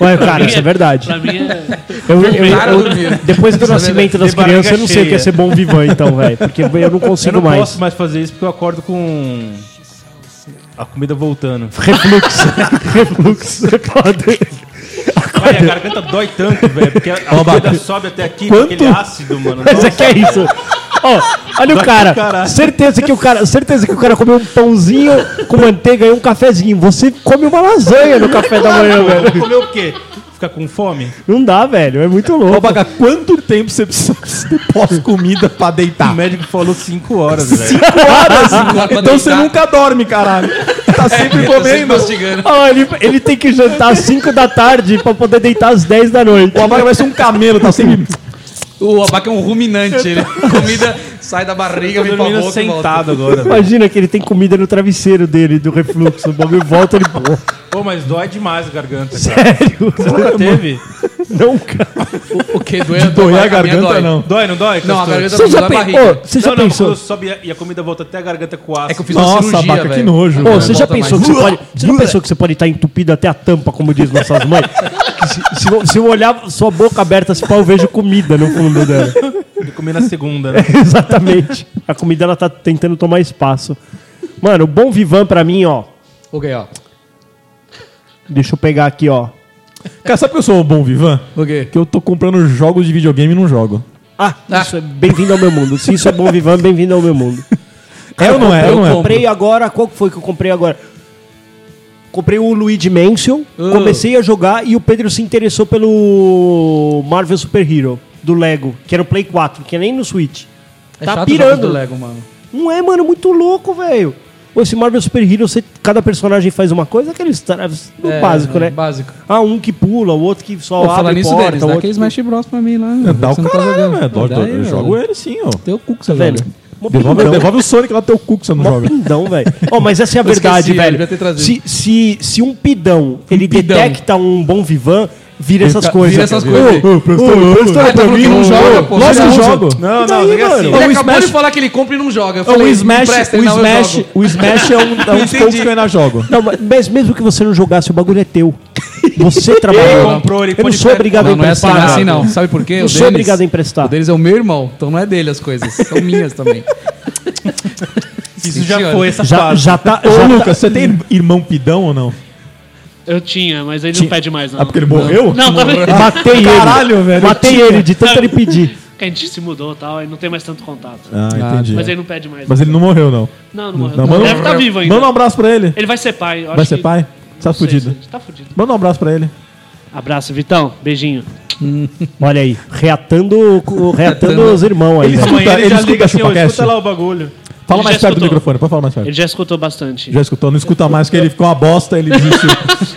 S5: Ué, cara, isso é verdade.
S6: Pra mim é.
S5: Eu- eu-
S7: Cara,
S5: eu-
S7: dormir.
S5: depois do
S7: Isso é
S5: nascimento
S7: verdade.
S5: das
S3: De barriga
S5: crianças, eu não sei o que é
S3: cheia.
S5: ser bom vivan, então, velho. Porque eu não
S3: Eu
S5: consigo
S3: não
S5: mais.
S3: posso mais fazer isso porque eu acordo com a comida voltando.
S5: Refluxo. (laughs) Refluxo. Pode.
S3: Cara, a garganta dói tanto, velho, porque a a comida sobe até aqui com
S5: Quanto?
S3: aquele ácido, mano.
S5: Mas
S3: Nossa,
S5: é que é isso. Ó, olha o cara.
S3: caralho.
S5: Certeza que o cara, certeza que o cara comeu um pãozinho com manteiga e um cafezinho. Você come uma lasanha no café da manhã,
S3: Ah, eu
S5: velho.
S3: vou comer o quê? Ficar com fome?
S5: Não dá, velho. É muito
S2: Ô,
S5: louco.
S2: Baga, quanto tempo você precisa de pós-comida pra deitar?
S3: (laughs) O médico falou 5 horas, velho.
S2: Então você nunca dorme, caralho. Tá sempre comendo.
S7: mastigando.
S5: Ó, ele, ele tem que jantar às 5 da tarde pra poder deitar às 10 da noite.
S2: O Abaca vai ser um camelo, tá sempre.
S7: O abaca é um ruminante.
S5: (laughs)
S7: Ele. Comida sai da barriga, vem pra
S3: Dormindo
S7: boca e volta.
S3: sentado agora. velho.
S5: Imagina que ele tem comida no travesseiro dele, do refluxo. O bagulho volta ele.
S3: Pô, mas dói demais a garganta, cara.
S5: Sério?
S3: Você nunca teve?
S5: Nunca.
S7: O que doer,
S2: Doer a
S7: minha dói.
S2: garganta, não.
S3: Dói, não dói?
S7: Não, a
S3: Castor?
S7: garganta
S5: Você
S7: não, dói
S5: já,
S7: a
S5: pe...
S7: barriga.
S5: Ô, você já
S3: não, não,
S5: pensou?
S3: quando sobe e a comida volta até a garganta com ácido.
S7: É que eu fiz uma
S2: Nossa,
S7: cirurgia,
S2: Abaca, que
S7: velho.
S2: nojo.
S5: Pô,
S2: velho.
S5: você já
S7: Volta
S5: pensou que
S7: mais.
S5: você pode. Você já pensou que você pode estar entupido até a tampa, como diz nossas mães? Que se, se eu- se eu olhar sua boca aberta, se pá, eu vejo comida no fundo dela.
S3: Eu comi na segunda, (laughs) né?
S5: (laughs) Exatamente. A comida ela tá tentando tomar espaço. Mano, o bom vivan pra mim, ó.
S7: Ok, ó.
S5: Deixa eu pegar aqui, ó.
S2: Cara, sabe que eu sou um bom vivan?
S7: Ok.
S2: Que eu tô comprando jogos de videogame e não jogo.
S5: Ah, isso é bem-vindo ao meu mundo. Se isso é bom vivan, bem-vindo ao meu mundo.
S2: É ou não é? É
S7: eu
S2: ou não é?
S7: compro.
S5: Comprei agora, qual que foi que eu comprei agora? Comprei o Luigi Mansion, comecei a jogar e o Pedro se interessou pelo Marvel Super Hero do Lego, que era o Play 4, que é nem no Switch.
S7: É
S5: tá
S7: chato os jogos
S5: pirando.
S7: do Lego, mano.
S5: Não é, mano, muito louco, velho. Pô, Esse Marvel Super Hero, você, cada personagem faz uma coisa, aqueles traves do
S7: É,
S5: básico, né?
S7: Básico.
S5: Ah, um que pula, o outro que só
S4: Pô,
S5: abre
S4: falar nisso
S5: porta,
S4: deles, né?
S5: o
S4: dá
S5: outro
S4: aquele
S5: que-
S4: Smash Bros pra mim lá.
S2: Dá o
S4: Você não tá
S2: caralho,
S4: jogando.
S2: velho. Dó- dó-
S4: Daí,
S2: Eu
S4: velho.
S2: jogo ele sim, ó.
S4: Teu cu que você
S5: Velho,
S4: joga.
S5: mó
S2: Devolve,
S5: pindão.
S2: devolve o Sonic lá teu cu que você não
S5: Mó
S2: joga.
S5: pindão, velho. Ó, mas essa é a verdade,
S7: esqueci,
S5: velho.
S7: devia ter trazido.
S5: Se, se, se um pidão, ele
S7: pidão.
S5: detecta um bom vivan, vira essas
S4: tá-
S2: Vira
S5: coisas.
S7: essas
S5: Ô,
S7: coisas.
S5: ô, prestou- ô, prestou-
S7: Ah, tá falando que não joga, pô.
S2: Lógico que
S7: Você usa.
S2: jogo.
S3: Não,
S5: E daí,
S3: não, é assim.
S5: mano?
S7: Ele
S2: o
S7: acabou
S2: Smash-
S7: de falar que ele compra e não joga. Eu
S4: É
S2: Não, o
S7: falei,
S2: Smash,
S7: empresta,
S2: o
S7: ele não, eu
S2: Smash,
S7: jogo.
S2: o Smash é um, é um dos
S7: Entendi.
S2: poucos que eu ainda jogo.
S5: Não, mas mesmo que você não jogasse, o bagulho é teu. Você (laughs) trabalhou.
S3: Ele comprou, ele
S5: eu não
S3: pode
S5: sou
S3: pe-
S5: obrigado a
S4: Não, não é assim,
S5: emprestar.
S4: não é assim não. Sabe por quê?
S5: Não
S4: O
S5: sou
S4: deles-
S5: obrigado a
S4: O
S5: emprestar.
S4: deles é o meu irmão, então não é dele as coisas. São minhas também.
S3: Isso já
S4: senhora.
S3: foi essa
S5: Já,
S3: fase.
S5: já tá.
S2: Ô,
S5: já tá-
S2: Lucas, você tem irmão pidão ou não?
S6: Eu tinha, mas ele não pede mais, não.
S2: Ah, porque ele morreu?
S6: Não, tá vendo? (laughs)
S5: Matei
S2: Caralho,
S5: ele.
S2: velho,
S5: Matei ele de tanto ele pedir.
S6: Porque a gente se mudou e tal, aí não tem mais tanto contato.
S2: Ah, entendi.
S6: Mas ele não pede mais.
S2: Mas ele não morreu, não.
S6: Não, não morreu.
S2: Não, manda,
S6: Deve estar vivo ainda.
S2: manda um abraço pra ele.
S6: Ele vai ser pai. né? eu
S2: Vai
S6: acho
S2: ser
S6: que-
S2: pai? Tá
S6: Não sei
S2: fudido.
S6: se ele- Tá fudido.
S2: Manda um abraço pra ele.
S6: Abraço, Vitão. Beijinho.
S5: Olha aí, reatando, o- reatando os irmãos aí.
S2: Ele
S5: velho.
S2: escuta,
S3: Amanhã
S2: ele
S3: ele já
S2: escuta
S3: liga assim, ó,
S2: ChupaCast.
S3: escuta lá o bagulho.
S2: Fala
S6: Ele
S2: mais
S6: já
S2: perto do
S6: escutou.
S2: microfone, pode falar mais perto.
S6: Ele já escutou bastante.
S2: Já escutou, não escuta mais, que ele ficou uma bosta, ele desistiu.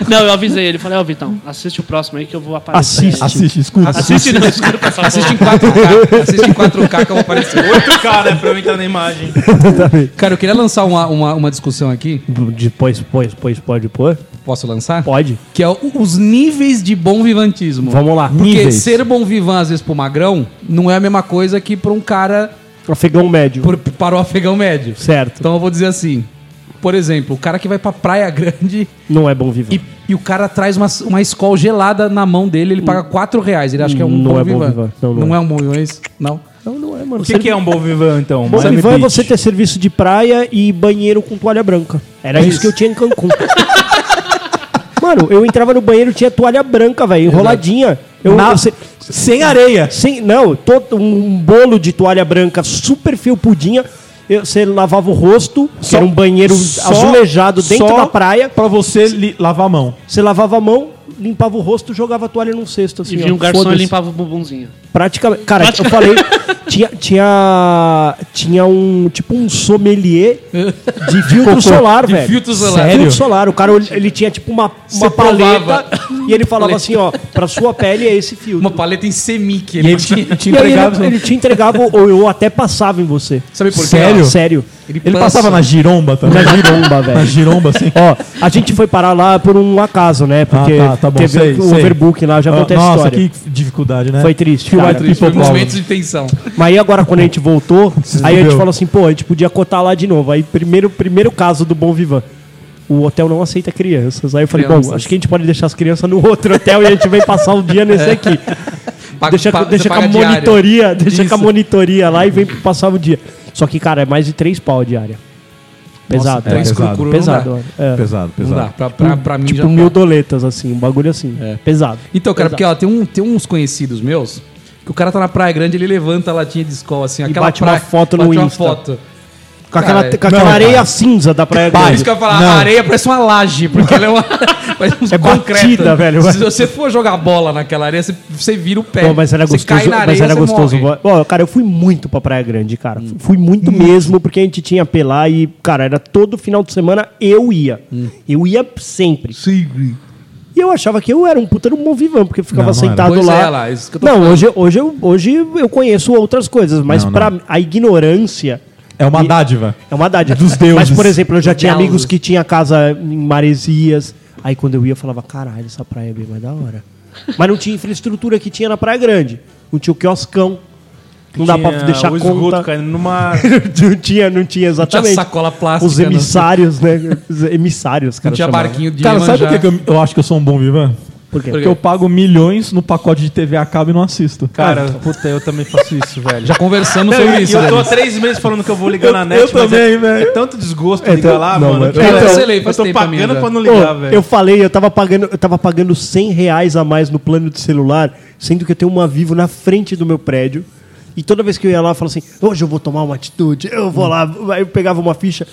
S6: Não, eu avisei ele. Falei, ó, Vitão, assiste o próximo aí que eu vou aparecer.
S5: Assiste.
S2: Assiste, escuta.
S6: Assiste, né? não, escuta essa
S7: Assiste
S6: porra.
S7: em 4K. Assiste em 4K que eu vou aparecer.
S3: Outro cara, né? pra eu entrar na imagem.
S4: Cara, eu queria lançar uma, uma, uma discussão aqui.
S5: Depois, pois, pois, pode pôr?
S4: Posso lançar?
S5: Pode.
S4: Que é o- os níveis de bom vivantismo.
S5: Vamos lá.
S4: Porque
S5: Níveis.
S4: ser bom vivan, às vezes, pro magrão, não é a mesma coisa que pra um cara
S5: Afegão médio.
S4: por, para o afegão médio.
S5: Certo.
S4: Então eu vou dizer assim. Por exemplo, o cara que vai pra Praia Grande
S5: Não é bom vivan.
S4: e, e o cara traz uma, uma escola gelada na mão dele, ele paga 4 reais. Ele acha que é um
S5: Não
S4: bom
S5: é bom
S4: vivan.
S5: vivan. Não, não
S4: não
S5: é.
S4: é um bom vivan, é isso? Não.
S5: Não, não é, mano.
S3: O que, que é um (laughs) bom vivan, então?
S5: Bom
S3: Miami
S5: vivan é
S3: Beach.
S5: É você ter serviço de praia e banheiro com toalha branca. Era isso que eu tinha em Cancún. (laughs) Mano, eu entrava no banheiro, tinha toalha branca, velho, enroladinha. Eu,
S2: Na-
S5: eu se-
S2: Sem areia.
S5: Sim, não, todo um bolo de toalha branca super felpudinha. Eu- Você lavava o rosto, que
S2: Só-
S5: era um banheiro
S2: só-
S5: azulejado dentro
S2: só
S5: da praia.
S2: Pra você li- lavar a mão.
S5: Você lavava a mão, limpava o rosto, jogava a toalha num cesto assim.
S6: E vinha
S5: ó.
S6: um garçom e
S5: Foda-se.
S6: limpava o bumbumzinho.
S5: Praticamente. Cara, eu
S7: (laughs)
S5: falei. Tinha, tinha. Tinha um. Tipo um sommelier de filtro solar, velho.
S7: filtro solar.
S5: Filtro solar. O cara, ele tinha tipo uma, uma paleta.
S7: provava.
S5: E ele falava assim: ó, pra sua pele é esse filtro.
S7: Uma paleta em semi que
S2: E
S7: ele
S2: ele
S7: tinha.
S2: te,
S4: (laughs)
S2: te
S5: E aí
S2: entregava.
S5: ele, ele te entregava, ou eu até passava em você.
S7: Sabe por quê?
S2: Sério?
S5: Sério.
S7: Ele,
S2: Ele
S7: passa-
S2: passava na giromba também.
S5: Na giromba, velho.
S2: Na giromba, assim.
S5: Ó, a gente foi parar lá por um acaso, né? (laughs) Porque
S2: Ah, tá, tá bom,
S5: teve
S2: sei,
S5: o
S2: sei.
S5: overbooking lá, já
S2: Ah,
S5: contei a
S2: Nossa,
S5: história.
S2: que dificuldade, né?
S5: Foi triste,
S2: Foi
S5: cara.
S2: triste,
S7: Foi um
S2: People
S7: momento de tensão.
S5: Mas aí agora, quando a gente voltou, aí a gente
S2: viram?
S5: falou assim, pô, a gente podia cotar lá de novo. Aí, primeiro, primeiro caso do Bom Vivan. O hotel não aceita crianças. Aí eu falei, bom,
S7: Crianças.
S5: acho que a gente pode deixar as crianças no outro hotel e a gente vem passar um dia nesse aqui.
S7: (laughs) Paga-
S5: Deixa,
S7: pa-
S5: deixa
S7: você
S5: com a
S7: paga diária.
S5: monitoria, deixa com a
S7: Isso.
S5: monitoria lá e vem passar o dia. Só que, cara, é mais de três pau a diária. Pesado.
S7: é
S2: três
S5: né?
S2: pesado.
S7: cru-cru não
S5: pesado.
S7: dá.
S5: é.
S2: Pesado,
S7: Não dá.
S2: pesado.
S7: Pra, pra, pra mim já
S5: Tipo
S7: não
S5: mil
S7: dá.
S5: doletas, assim, um bagulho assim. Pesado.
S7: Então, cara,
S5: Pesado.
S7: porque ó, tem, um, tem uns conhecidos meus que o cara tá na Praia Grande, ele levanta a latinha de escola, assim, aquela
S5: bate uma
S7: praia,
S5: foto no
S7: bate uma
S5: Insta.
S7: foto.
S5: Com aquela,
S7: Cara,
S5: com aquela
S2: não,
S5: areia cinza da Praia
S7: Por
S5: Grande.
S7: isso que eu ia falar, a areia parece uma laje, porque ela é
S5: (laughs)
S7: uma. parece um
S5: É batida, velho.
S7: Se você for jogar bola naquela areia, você, você vira o pé.
S5: Pô, mas era
S7: você
S5: gostoso,
S7: cai na areia,
S5: mas era
S7: você
S5: gostoso.
S7: morre. Hum.
S5: Ó, cara, eu fui muito pra Praia Grande, cara. Fui muito mesmo, porque a gente tinha pelar e, cara, era todo final de semana eu ia.
S7: Hum.
S5: Eu ia sempre. E eu achava que eu era um puta no bom vivan, porque eu ficava
S2: Não, não era.
S5: sentado
S7: Pois
S5: lá.
S7: é, lá, isso que eu tô
S5: não, hoje, hoje, eu, hoje eu conheço outras coisas, mas
S2: Não,
S5: pra
S2: não.
S5: a ignorância
S2: É uma
S5: E-
S2: dádiva.
S5: é uma dádiva.
S2: Dos deuses.
S5: Mas, por exemplo, eu já tinha
S7: Deuses.
S5: amigos que tinha casa em Maresias. Aí quando eu ia, eu falava, caralho, essa praia é bem mais da hora. Mas não tinha infraestrutura que tinha na Praia Grande. Não tinha o quioscão. Não dá pra
S3: Tinha
S5: deixar
S3: o esgoto
S5: conta.
S3: caindo no mar.
S5: (laughs) não tinha, não tinha exatamente.
S7: sacola plástica,
S5: Os emissários, né? Os emissários, cara.
S7: Não tinha
S5: chamava.
S7: barquinho de
S2: Cara, sabe
S7: Iemanjá.
S2: por que que eu, eu acho que eu sou um bom vivan?
S5: Por quê?
S7: Por
S2: Porque eu pago milhões no pacote de TV a cabo e não assisto. Ah,
S3: Cara, (laughs) puta, eu também faço isso, velho.
S7: Já conversamos
S3: Não,
S7: sobre
S3: e
S7: isso,
S3: eu tô há
S7: velho.
S3: três meses falando que eu vou ligar na net,
S2: eu
S3: mas
S2: também,
S3: é,
S2: velho.
S3: é tanto desgosto
S2: É,
S3: ligar
S2: então-
S3: lá,
S2: não,
S3: mano.
S2: mas-
S3: que
S2: Eu
S3: eu-
S7: cancelei
S3: eu
S7: faz
S3: tô
S7: tempo a minha
S3: pagando
S7: já.
S3: pra não
S5: Ô,
S3: ligar, velho.
S5: eu falei, eu tava pagando, eu tava pagando 100 reais a mais no plano de celular, sendo que eu tenho uma vivo na frente do meu prédio. E toda vez que eu ia lá, eu falava assim: hoje eu vou tomar uma atitude, eu vou lá. Aí eu pegava uma ficha.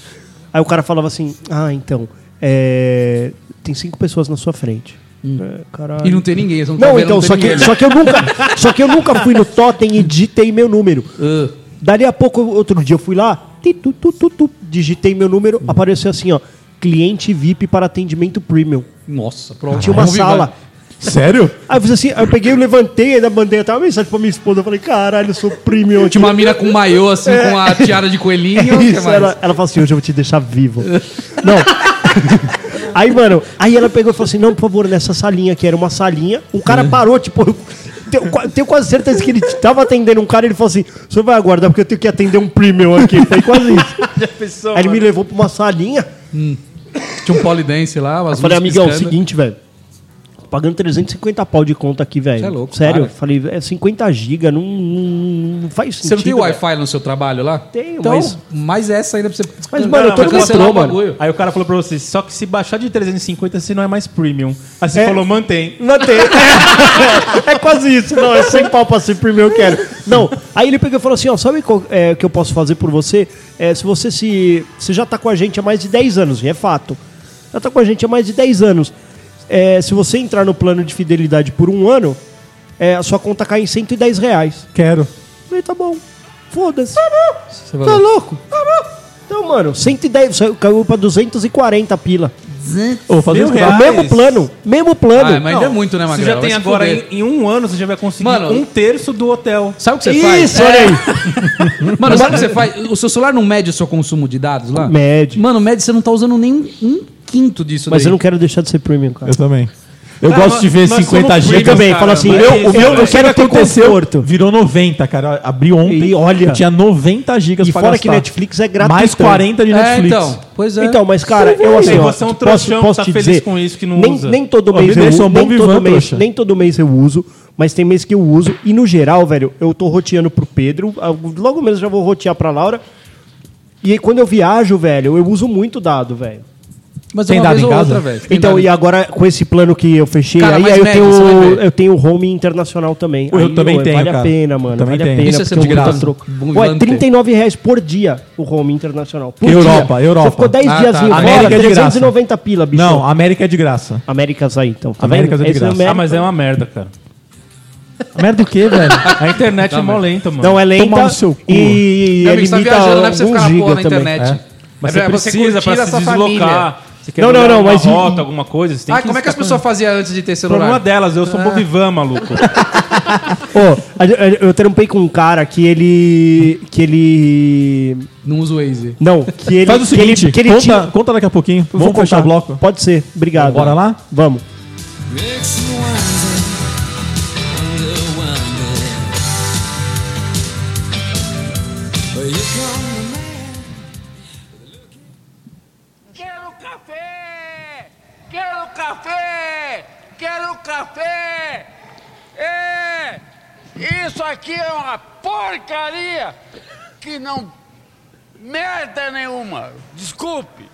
S5: Aí o cara falava assim: ah, então, é, tem cinco pessoas na sua frente. É, caralho.
S7: Hum. E não tem ninguém, você não, tá
S5: Não,
S7: vendo,
S5: então,
S7: tem
S5: só que,
S7: ninguém.
S5: só, que eu nunca, só que eu nunca fui no Totem e digitei meu número.
S7: Ah.
S5: Dali a pouco, outro dia eu fui lá, ti, tu, tu, tu, tu, digitei meu
S7: Hum.
S5: número, apareceu assim, ó, cliente VIP para atendimento premium.
S7: Nossa, pronto.
S5: Tinha uma
S7: Vamos vivar.
S5: sala.
S2: Sério?
S5: Aí eu fiz assim, aí eu peguei, eu levantei, ainda mandei até uma mensagem pra minha esposa, eu falei, caralho, eu sou premium. aqui."
S7: Tinha uma mina com maiô, assim, com a tiara de
S5: (laughs)
S7: coelhinho. o que
S5: É. Isso,
S7: mais?
S5: ela, ela falou assim, hoje eu vou te deixar vivo. não. (laughs) Aí, mano, aí ela pegou e falou assim, não, por favor, nessa salinha que era uma salinha. O cara
S7: É.
S5: parou, tipo... eu Tenho, qua- tenho quase certeza que ele tava atendendo um cara e ele falou assim: o senhor vai aguardar porque eu tenho que atender um premium aqui. Foi
S7: (laughs)
S5: quase isso.
S3: Pessoal,
S5: Aí ele me
S3: mano.
S5: levou pra uma salinha.
S7: Tinha um polidense lá, umas
S5: Eu falei,
S7: luzes
S5: amigão, é o
S7: piscando.
S5: seguinte, velho. tô Pagando 350 pau de conta aqui, velho.
S7: Cê é louco,
S5: Sério,
S7: para.
S5: eu falei, é 50 giga, não, não- não faz sentido.
S7: Você não tem
S5: velho.
S7: Wi-Fi no seu trabalho lá?
S5: Tenho,
S7: então,
S5: mas-
S7: mais essa ainda pra você.
S5: Mas,
S7: Não,
S5: mano, eu tô
S7: mas
S5: no
S7: cancelar
S5: metrô,
S7: o
S5: mano.
S7: bagulho.
S3: Aí o cara falou pra você, só que se baixar de 350, você não é mais premium. Aí você
S5: É.
S3: falou, mantém.
S5: Não tem. (laughs) é quase isso. Não, é sem pau pra ser primeiro eu quero. Não. Aí ele pegou e falou assim, ó, sabe o que eu posso fazer por você? É, se você se... Você já tá com a gente há mais de 10 anos, e é fato. Já tá com a gente há mais de 10 anos. É, se você entrar no plano de fidelidade por um ano, é, a sua conta cai em 110 reais.
S2: Quero.
S5: Eu falei, tá bom. Foda-se. Tá louco? Tá bom. Então, mano, 110, saiu- caiu pra 240 a pila.
S2: Ô, fazer
S3: Mil
S2: isso
S3: reais?
S2: lá.
S5: Mesmo plano, mesmo plano.
S7: Ah, mas ainda é muito, né,
S3: Você
S7: Magrela?
S3: já tem
S7: Vai se
S3: agora,
S7: fuder.
S3: em, em um ano, você já vai conseguir
S7: Mano,
S3: um terço do hotel.
S7: Sabe o que você
S5: Isso, é.
S7: faz?
S5: olha aí.
S7: Mano, sabe o que você faz? O seu celular não mede o seu consumo de dados
S5: É.
S4: (laughs)
S7: lá?
S5: Mede.
S7: Mano, mede, você não tá usando nem um- um quinto disso
S5: Mas
S7: daí.
S5: eu não quero deixar de ser premium, cara.
S2: Eu também. Eu
S3: Cara,
S2: gosto de ver
S3: nós- nós
S2: 50
S3: somos
S2: gigas.
S5: Eu também,
S3: Cara,
S5: falo assim,
S3: mas
S5: eu,
S3: é isso,
S5: o meu, eu
S3: velho.
S5: quero ter conforto.
S2: Virou 90, cara. Abriu ontem.
S5: E olha.
S2: eu tinha 90 gigas
S5: E
S2: pra
S5: fora
S2: gastar.
S5: que Netflix é gratuito.
S2: Mais 40 de
S7: É,
S2: Netflix.
S7: então. Pois é.
S5: Então, mas cara,
S3: Você
S5: eu assim,
S3: vai.
S5: ó,
S3: Você é um
S5: posso-
S3: trouxão
S5: posso
S3: que tá
S5: te
S3: feliz
S5: dizer,
S3: com isso, que não
S5: nem,
S3: usa.
S5: Nem todo
S2: Ô,
S5: mês eu
S2: Vinícius, é
S5: uso,
S2: um bom
S5: nem, todo
S2: vivan,
S5: mês,
S2: trouxa.
S5: nem todo mês eu uso, mas tem mês que eu uso e no geral, velho, eu tô roteando pro Pedro, ah, logo menos já vou rotear pra Laura. E aí, quando eu viajo, velho, eu uso muito dado, velho.
S4: Mas
S2: Tem
S4: uma
S2: dado
S4: vez
S2: em
S4: ou
S2: casa?
S4: outra, velho. Tem
S5: Então,
S4: dado.
S5: e agora com esse plano que eu fechei,
S4: Cara,
S5: aí,
S4: mas
S5: aí eu,
S4: mega, você vai
S5: tenho,
S4: ver.
S5: eu tenho home internacional também.
S2: Eu
S5: Aí,
S2: também
S5: ué,
S2: tenho,
S5: Vale
S2: cara.
S5: a pena, mano.
S2: Também
S5: vale
S2: tenho.
S5: a pena.
S4: Isso é
S5: porque
S4: ser de
S5: eu vou
S4: graça.
S5: dar troco.
S4: Bom,
S5: Ué,
S4: Ivan,
S5: 39 reais por dia o home internacional. Por
S2: Europa,
S5: dia.
S2: Europa.
S5: Você ficou 10
S4: Ah, tá.
S5: diazinho fora,
S2: América é de graça.
S5: 390 pila, bicho.
S2: Não, a América é de graça.
S5: Américas aí, então. Tá
S2: Américas
S5: vendo?
S2: é de
S5: Esse
S2: graça.
S3: Ah,
S5: América-
S3: mas é uma merda, cara.
S2: Merda do quê, (laughs) velho?
S3: A internet é mó lenta, mano.
S5: Não, é lenta
S2: Tomar no seu cu.
S5: e
S4: Meu amigo, você
S5: limita
S4: tá
S2: né,
S4: viajando, não é pra você
S5: alguns
S4: ficar na porra
S5: giga
S4: na
S5: também.
S4: internet.
S3: Mas
S4: É
S3: você
S4: curtir
S3: precisa pra
S4: da
S3: se
S4: sua família.
S3: deslocar. Você quer
S5: Não, não,
S3: virar
S5: não,
S3: uma
S5: mas e-
S3: rota, alguma coisa, você tem
S4: Ah,
S3: que
S4: como é que as
S3: ficar-
S4: pessoas faziam antes de ter
S3: O problema
S4: celular?
S3: delas, eu sou um bovivan, maluco.
S5: Ô, a- a- eu trampei com um cara que ele. que ele.
S4: Não usa o Waze.
S5: Não, que ele.
S2: Faz o
S5: que ele-
S2: seguinte,
S5: que ele
S2: conta,
S5: tinha-
S2: conta daqui a pouquinho. Vamos
S5: Vou
S2: fechar o
S5: contar.
S2: bloco.
S5: Pode ser, obrigado.
S2: Bora lá? (laughs)
S5: Vamos.
S1: Mix and winds and unwind it. Well, you come to me.
S8: Quero café! Quero café! Quero café! É! Isso aqui é uma porcaria que não merda nenhuma. Desculpe.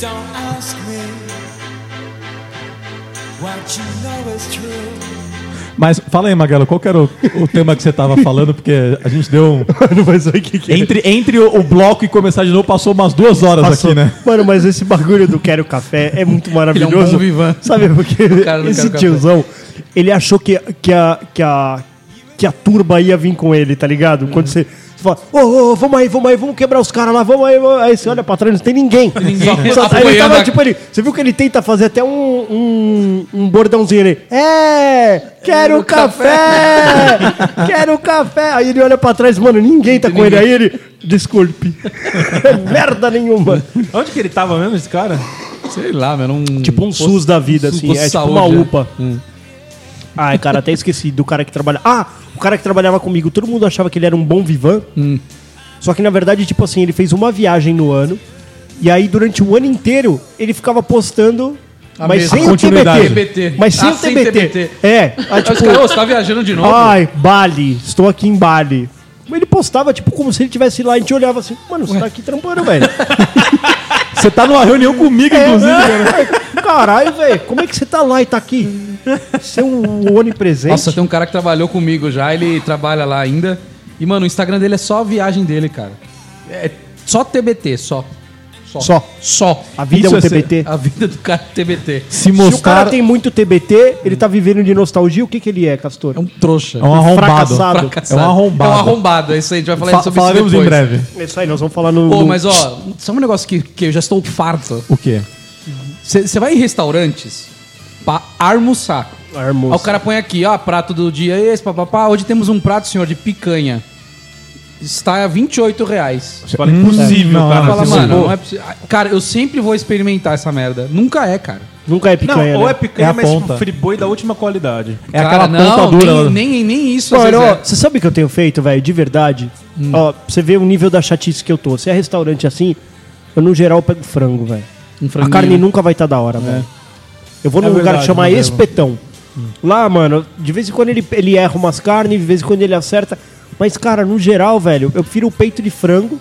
S1: Don't ask me what you know is true.
S2: Mas fala aí, Magalo, qual que era o, o tema que você tava falando? Porque a gente deu um. entre, entre o, o bloco e começar de novo, passou umas duas horas aqui, né?
S5: Mano, mas esse bagulho do Quero Café é muito maravilhoso.
S4: Ele é um bom vivan.
S5: Sabe por quê?
S4: cara do
S5: Esse
S4: Quero Café.
S5: tiozão, ele achou que, que, a, que, a, que a turba ia vir com ele, tá ligado? Quando você, você fala, ô, ô, ô, vamos aí, vamos aí, vamos quebrar os caras lá, vamos aí, vamos aí. Aí você olha pra trás, não tem ninguém.
S4: ninguém.
S5: Só- aí ele
S4: Apoiando
S5: tava,
S4: a-
S5: tipo, ele, você viu que ele tenta fazer até um, um, um bordãozinho ali. É, quero café, quero café. Aí ele olha pra trás, mano, ninguém tá com ele. Aí ele, desculpe, (laughs) merda nenhuma.
S3: (laughs) Onde que ele tava mesmo, esse cara?
S2: Hum.
S4: Sei lá, é meu. Não...
S5: Tipo um SUS da vida,
S4: SUS
S5: assim.
S4: posto
S5: É
S4: de
S5: tipo
S4: saúde,
S5: uma
S4: né?
S5: UPA. Ai, cara, até esqueci do cara que trabalha. Ah, o cara que trabalhava comigo, todo mundo achava que ele era um bom vivan.
S2: Hum.
S5: Só que na verdade, tipo assim, ele fez uma viagem no ano. E aí, durante o ano inteiro, ele ficava postando.
S4: A
S5: mas
S4: mesma-
S5: sem
S4: a
S5: o
S2: continuidade.
S5: TBT.
S4: TBT.
S5: Mas sem
S4: Ah,
S5: o
S4: sem
S5: TBT.
S4: TBT.
S5: É. Aí,
S4: Aí os
S5: tipo,
S4: caras, "Ô, você tá viajando de novo?
S5: ai, Bali, estou aqui em Bali. Ele postava, tipo, como se ele estivesse lá e a gente olhava assim, mano, você tá aqui trampando, velho.
S2: Você tá numa reunião comigo, (laughs) inclusive. né?
S5: É. Caralho, velho, como é que você tá lá e tá aqui? Você é um onipresente?
S4: Nossa, tem um cara que trabalhou comigo já, ele trabalha lá ainda. E, mano, o Instagram dele é só a viagem dele, cara. É só TBT, só.
S5: Só.
S4: Só.
S5: A vida
S2: Isso
S5: é um
S2: é ser-
S5: TBT.
S4: A vida do cara é TBT.
S2: Se
S5: Se o cara
S2: mostrar.
S5: tem muito TBT, ele tá vivendo de nostalgia, o que que ele é, Castor?
S4: É um trouxa.
S2: É um arrombado.
S5: fracassado.
S4: Fracassado.
S2: É um arrombado.
S4: É um arrombado, é isso aí. A gente vai falar
S2: Fa-
S4: sobre
S2: falaremos
S4: isso
S2: em
S4: depois.
S2: breve.
S5: É isso aí, nós vamos falar no...
S4: Pô,
S5: no-
S4: mas ó, só um negócio que, que eu já estou farto.
S2: O quê?
S4: Você vai em restaurantes pra almoçar.
S5: Almoço.
S4: Aí é o cara põe aqui, ó, prato do dia esse, papapá. Hoje temos um prato, senhor, de picanha. Está a 28 reais.
S3: Fala,
S2: É,
S3: impossível,
S2: não,
S3: cara.
S2: não,
S4: Fala,
S3: Você
S4: mano,
S3: mandou.
S4: não é possi- Ah, Cara, eu sempre vou experimentar essa merda. Nunca é, cara.
S5: Nunca é
S3: Não,
S5: picanha,
S3: ou
S5: né?
S3: é picanha,
S2: É a
S3: mas
S2: ponta.
S3: tipo, friboi da última qualidade.
S2: É
S4: cara,
S2: aquela ponta dura.
S4: Nem, nem, nem isso, às
S5: Mano,
S4: vezes
S5: ó,
S4: é. Hum.
S5: você sabe o que eu tenho feito, velho? De verdade. Ó, pra você vê o nível da chatice que eu tô. Se é restaurante assim, eu no geral pego frango, velho.
S4: Um
S5: A
S4: franguinho. É.
S5: carne nunca vai estar da hora, velho. Eu vou num
S3: É
S5: lugar que
S3: verdade,
S5: chama
S3: não é,
S5: Espetão.
S4: Hum.
S5: Lá, mano, de vez em quando ele, ele erra umas carnes, de vez em quando ele acerta. Mas, cara, no geral, velho, eu prefiro o peito de frango,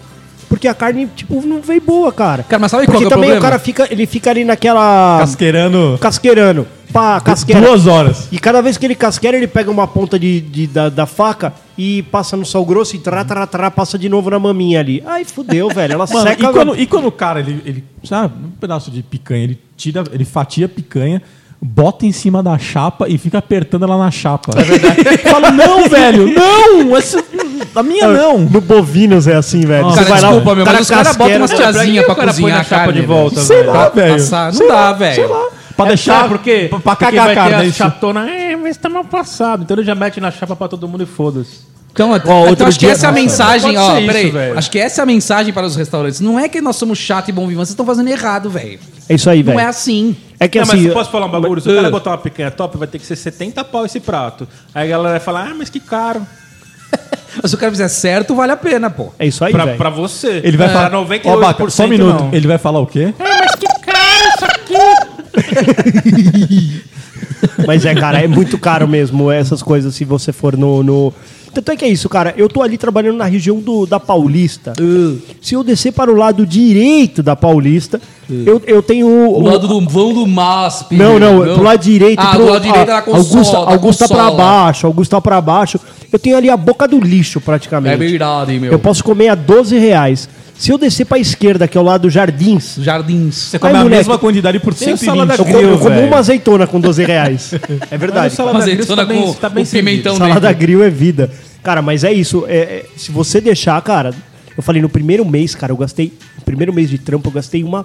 S5: porque a carne, tipo, não veio boa, cara.
S4: Cara, mas sabe qual
S5: porque
S4: que é o
S5: também
S4: problema?
S5: o cara fica, ele fica ali naquela...
S2: Casqueirando
S5: Casqueirando. Pá, casqueira.
S2: duas horas.
S5: E cada vez que ele casqueira, ele pega uma ponta de, de- da, da faca e passa no sal grosso e trá, trá, trá, passa de novo na maminha ali. Ai, fudeu, velho. Ela
S2: Mano,
S5: seca...
S2: e, quando, e quando o cara, ele, ele, sabe, um pedaço de picanha, ele tira, ele fatia a picanha, bota em cima da chapa e fica apertando ela na chapa. (laughs) Fala, não, velho, não! Essa, a minha não!
S5: No bovinos é assim, velho.
S4: Cara, desculpa, meu, mas os caras botam umas
S5: casqueira-
S4: tiazinhas pra
S3: né? O cara põe
S4: cozinhar
S3: na
S4: a
S3: chapa
S4: carne.
S3: de volta,
S2: Sei
S3: velho.
S2: lá, velho.
S4: Passar, não
S2: Sei
S4: dá,
S2: lá,
S4: velho.
S2: Sei lá. É Pra deixar.
S3: Sabe por quê?
S2: Pra, pra
S3: Porque
S2: cagar a
S3: vai ter
S2: carne. é
S3: a
S2: isso.
S3: chatona, é, mas tá mal passado. Então ele já mete na chapa pra todo mundo e foda-se.
S4: Então, então
S5: outro
S4: acho que
S5: dia-
S4: essa é a
S5: Nossa,
S4: mensagem,
S3: pode
S4: ó,
S3: ser isso,
S4: peraí.
S3: velho.
S4: acho que essa é a mensagem para os restaurantes. Não é que nós somos chato e bom vivão, vocês estão fazendo errado, velho.
S5: É isso aí,
S4: Não
S5: velho.
S4: é assim.
S5: É que
S3: não, mas
S5: assim...
S3: eu posso falar um bagulho? Se o cara botar uma picanha top, vai ter que ser 70 pau esse prato. Aí a galera vai falar, ah, mas que caro.
S4: Mas se o cara fizer certo, vale a pena, pô.
S5: É isso aí,
S3: Pra, pra
S5: velho.
S3: você.
S2: Ele vai falar.
S3: Pra
S2: Ó, Baca,
S3: 98%.
S2: só um minuto.
S3: não.
S2: Ele vai falar o quê?
S8: Mas que caro
S5: Mas é, cara, é muito caro mesmo essas coisas se você for no. no... Tanto é que é isso, cara. Eu tô ali trabalhando na região do, da Paulista. Se eu descer para o lado direito da Paulista, eu, eu tenho.
S7: O lado do vão do MASP.
S5: Não, não, pro lado direito.
S7: Ah,
S5: pro,
S7: do lado direito era com
S5: Augusta,
S7: sola,
S5: Augusta
S7: com
S5: tá pra
S7: sola.
S5: baixo, Augusta pra baixo. Eu tenho ali a boca do lixo, praticamente.
S7: É verdade, meu.
S5: Eu posso comer a 12 reais. Se eu descer pra esquerda, que é o lado Jardins, (laughs)
S7: Jardins.
S2: Você come
S5: Ai,
S2: a
S5: moleque.
S2: mesma quantidade por
S3: Tem
S2: 120.
S3: salada
S5: eu,
S3: Grilo,
S5: como, eu como
S3: velho.
S5: uma azeitona com 12 reais. É verdade. cara.
S7: Mas ele
S3: Grilo
S7: toda
S3: tá bem-
S7: com
S3: tá bem
S7: o pimentão
S5: Salada
S7: dele.
S5: grill é vida. Cara, mas é isso. é- é, se você deixar, cara. Eu falei, no primeiro mês, cara, eu gastei. No primeiro mês de trampo, eu gastei uma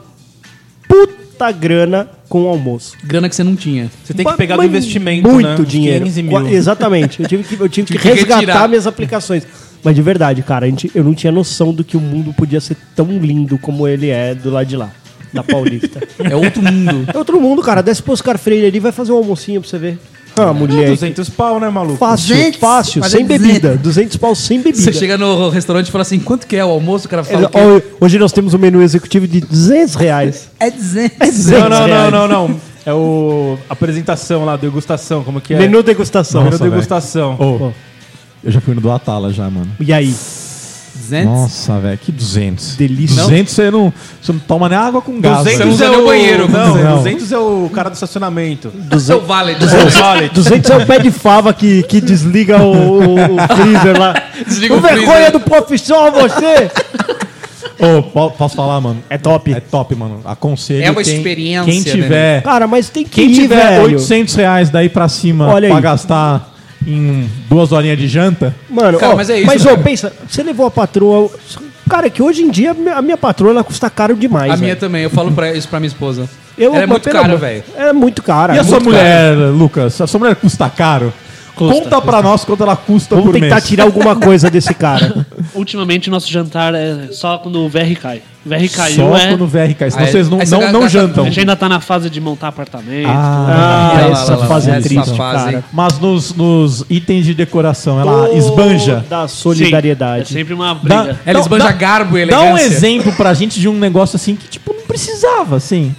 S5: puta grana com o almoço.
S7: Grana que você não tinha.
S3: Você tem que pegar do
S5: Mas
S3: investimento, né?
S5: Muito
S3: Uns
S5: dinheiro.
S3: 15
S5: Qua-
S3: mil.
S5: Exatamente. Eu tive que, eu tive que
S7: Tive que
S5: resgatar
S7: retirar.
S5: minhas aplicações. Mas de verdade, cara, a gente, eu não tinha noção do que o mundo podia ser tão lindo como ele é do lado de lá, da Paulista.
S7: É outro mundo.
S5: (laughs) é outro mundo, cara. Desce pro Oscar Freire ali, vai fazer um almocinho pra você ver. Ah, mulher.
S3: 200 pau, né, maluco?
S5: Fácil,
S9: 200,
S5: fácil,
S9: mas é
S5: sem
S9: 200.
S5: bebida. 200 pau sem bebida.
S7: Você chega no restaurante e fala assim, quanto que é o almoço? O cara
S5: É,
S7: fala que...
S5: ó, Hoje nós temos um menu executivo de 200 reais.
S9: É 200.
S3: Não, não, não,
S5: reais.
S3: não, não. É o apresentação lá, degustação, como que é?
S5: Menu degustação.
S3: Menu
S2: Nossa,
S3: degustação.
S2: Ô, Eu já fui no do Atala já, mano.
S5: E aí?
S7: 200?
S2: Nossa, velho, que 200.
S5: Delícia.
S2: 200 você não, você não toma nem água com gás. velho.
S7: usa nem o banheiro,
S3: é Não,
S2: não.
S3: 200 é o cara do estacionamento.
S7: É o valet.
S5: 200 é o pé de fava que, que desliga o, (laughs) o- o freezer lá.
S7: Desliga
S5: o
S7: o freezer.
S5: vergonha do profissional você!
S2: Ô, po- posso falar, mano?
S5: É top.
S2: É top, mano. Aconselho
S7: É uma
S2: quem-
S7: experiência,
S2: Quem
S7: né,
S2: tiver,
S5: Cara, mas tem que
S2: quem
S5: ir,
S2: tiver
S5: velho.
S2: 800 reais daí pra cima
S5: Olha
S2: pra
S5: aí.
S2: gastar em duas horinhas de janta,
S5: Mano,
S7: Cara,
S5: ó, mas
S7: mas é isso,
S5: ó,
S7: cara.
S5: pensa, você levou a patroa... Cara, que hoje em dia a minha- a minha patroa ela custa caro demais,
S7: A minha
S5: velho.
S7: também, eu falo pra, isso pra minha esposa.
S5: Eu-
S7: Ela é
S5: mas
S7: muito
S5: pelo
S7: cara,
S5: amor-
S7: velho.
S5: É muito cara.
S2: E
S5: é
S2: a sua
S5: muito cara.
S2: mulher, Lucas? A sua mulher custa caro? Conta pra nós quanto ela custa
S5: Vamos
S2: por
S5: tentar
S2: mês.
S5: tirar alguma coisa
S7: (laughs)
S5: desse cara.
S6: Ultimamente nosso jantar é só quando o VR cai. O VR caiu,
S2: Só
S7: né?
S6: é.
S2: quando o VR cai, senão
S7: Aí-
S2: vocês não,
S7: aí você
S2: não,
S7: ga-
S2: não
S7: gasta-
S6: A
S2: jantam.
S6: gente ainda tá na fase de montar apartamento.
S5: Ah,
S7: Lá, lá,
S5: essa
S7: lá, lá,
S5: fase é
S7: essa
S5: triste,
S7: fase,
S5: cara.
S7: hein?
S2: Mas nos, nos itens de decoração, ela esbanja.
S5: Da
S6: Sim,
S5: solidariedade.
S6: é sempre uma briga.
S2: Dá-
S7: Ela
S2: dá-
S7: esbanja
S2: dá-
S7: garbo e
S2: Dá um
S7: elegância.
S2: exemplo pra gente de um negócio assim que, tipo, não precisava, assim.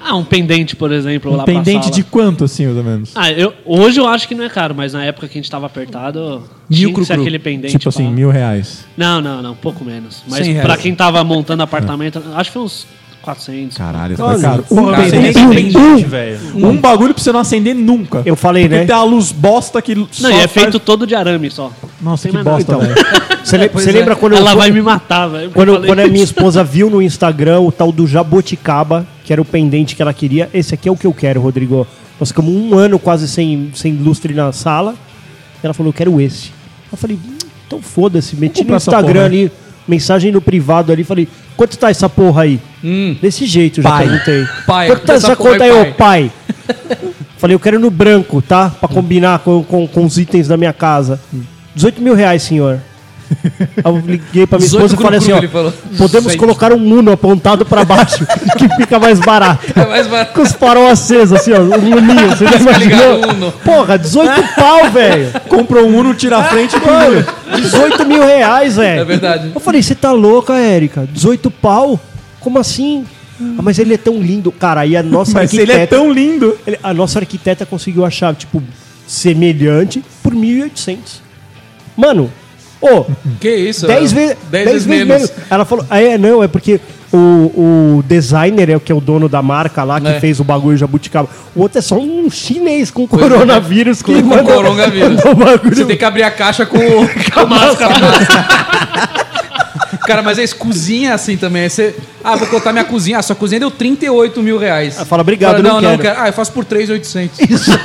S6: Ah, um pendente, por exemplo, lá
S2: Um
S6: pra
S2: pendente
S6: sala.
S2: de quanto, assim, mais ou menos?
S6: Ah, eu, hoje eu acho que não é caro, mas na época que a gente tava apertado, tinha que ser aquele pendente.
S2: tipo assim,
S6: pá.
S2: mil reais.
S6: Não, não, não, pouco menos. Mas
S7: Cem reais.
S6: pra quem tava montando apartamento, acho que foi uns 400.
S2: Caralho, tá caro. Um,
S7: Cara,
S2: pendente-
S7: esse
S3: Gente, velho.
S2: um bagulho pra você não acender nunca.
S5: Eu falei,
S2: Porque
S5: né?
S2: tem a luz bosta que só
S6: Não, e é
S2: faz-
S6: feito todo de arame só.
S2: Nossa,
S6: Tem
S2: que
S6: mais
S7: é
S6: nada.
S2: bosta,
S5: Então.
S2: velho.
S5: Você le-
S7: Pois
S5: você
S7: é.
S5: lembra quando eu
S6: Ela
S5: fui-
S6: vai me matar, velho. porque eu
S5: Quando,
S6: falei-
S5: quando a minha esposa viu no Instagram o tal do jabuticaba, que era o pendente que ela queria, esse aqui é o que eu quero, Rodrigo. Nós ficamos um ano quase sem, sem lustre na sala. Ela falou, eu quero esse. Eu falei, "Hum, então foda-se, meti no
S2: comprar essa
S5: Instagram
S2: porra,
S5: ali, mensagem no privado ali, falei, quanto tá essa porra aí? Desse jeito, eu já
S2: Pai.
S5: perguntei.
S7: Pai,
S5: quanto tá
S7: essa
S5: essa
S7: porra
S5: conta aí,
S7: aí,
S5: ô pai? falei, eu quero no branco, tá? Pra combinar com, com, com os itens da minha casa. 18 mil reais, senhor. Aí Eu liguei pra
S7: 18
S5: minha esposa e falei assim,
S7: cru-cru,
S5: ó,
S7: ele falou.
S5: podemos
S7: Sei.
S5: colocar um Uno apontado pra baixo, (laughs) que fica mais barato.
S7: É mais barato.
S5: Com os farol acesos, assim, ó, um Uninho, você já imaginou?
S7: Tá ligado, um Uno.
S5: Porra, 18 pau, velho.
S2: Comprou um Uno, tira a
S5: Ah,
S2: frente e pendura.
S5: 18 mil reais, velho.
S7: É verdade.
S5: Eu falei, você tá louca, Érica? 18 pau? Como assim? Ah, mas ele é tão lindo, cara. E a nossa
S2: Mas ele é tão lindo.
S5: ele- a nossa arquiteta conseguiu achar, tipo, semelhante por 1.800. Mano, ô,
S7: (laughs) Que isso?
S5: 10
S7: né?
S5: vezes,
S7: Dez
S5: dez
S7: vezes menos.
S5: Ela falou, "Ah, é, não, é porque o, o designer é o que é o dono da marca lá, que
S7: É.
S5: fez o bagulho jabuticaba. O outro é só um chinês com coronavírus. que
S7: é. Com
S5: mandou-
S7: coronavírus.
S5: mandou (laughs) o bagulho.
S7: Você tem que abrir a caixa
S5: (laughs)
S7: com, com a máscara. (laughs) Cara, mas é cozinha é assim também. aí Você, ah, vou contar minha cozinha. Ah, sua cozinha deu 38 mil reais.
S5: Ah, fala, obrigado,
S7: Fala,
S5: não
S7: não, não
S5: quero.
S7: Ah, eu faço por 3,800. Isso. (laughs)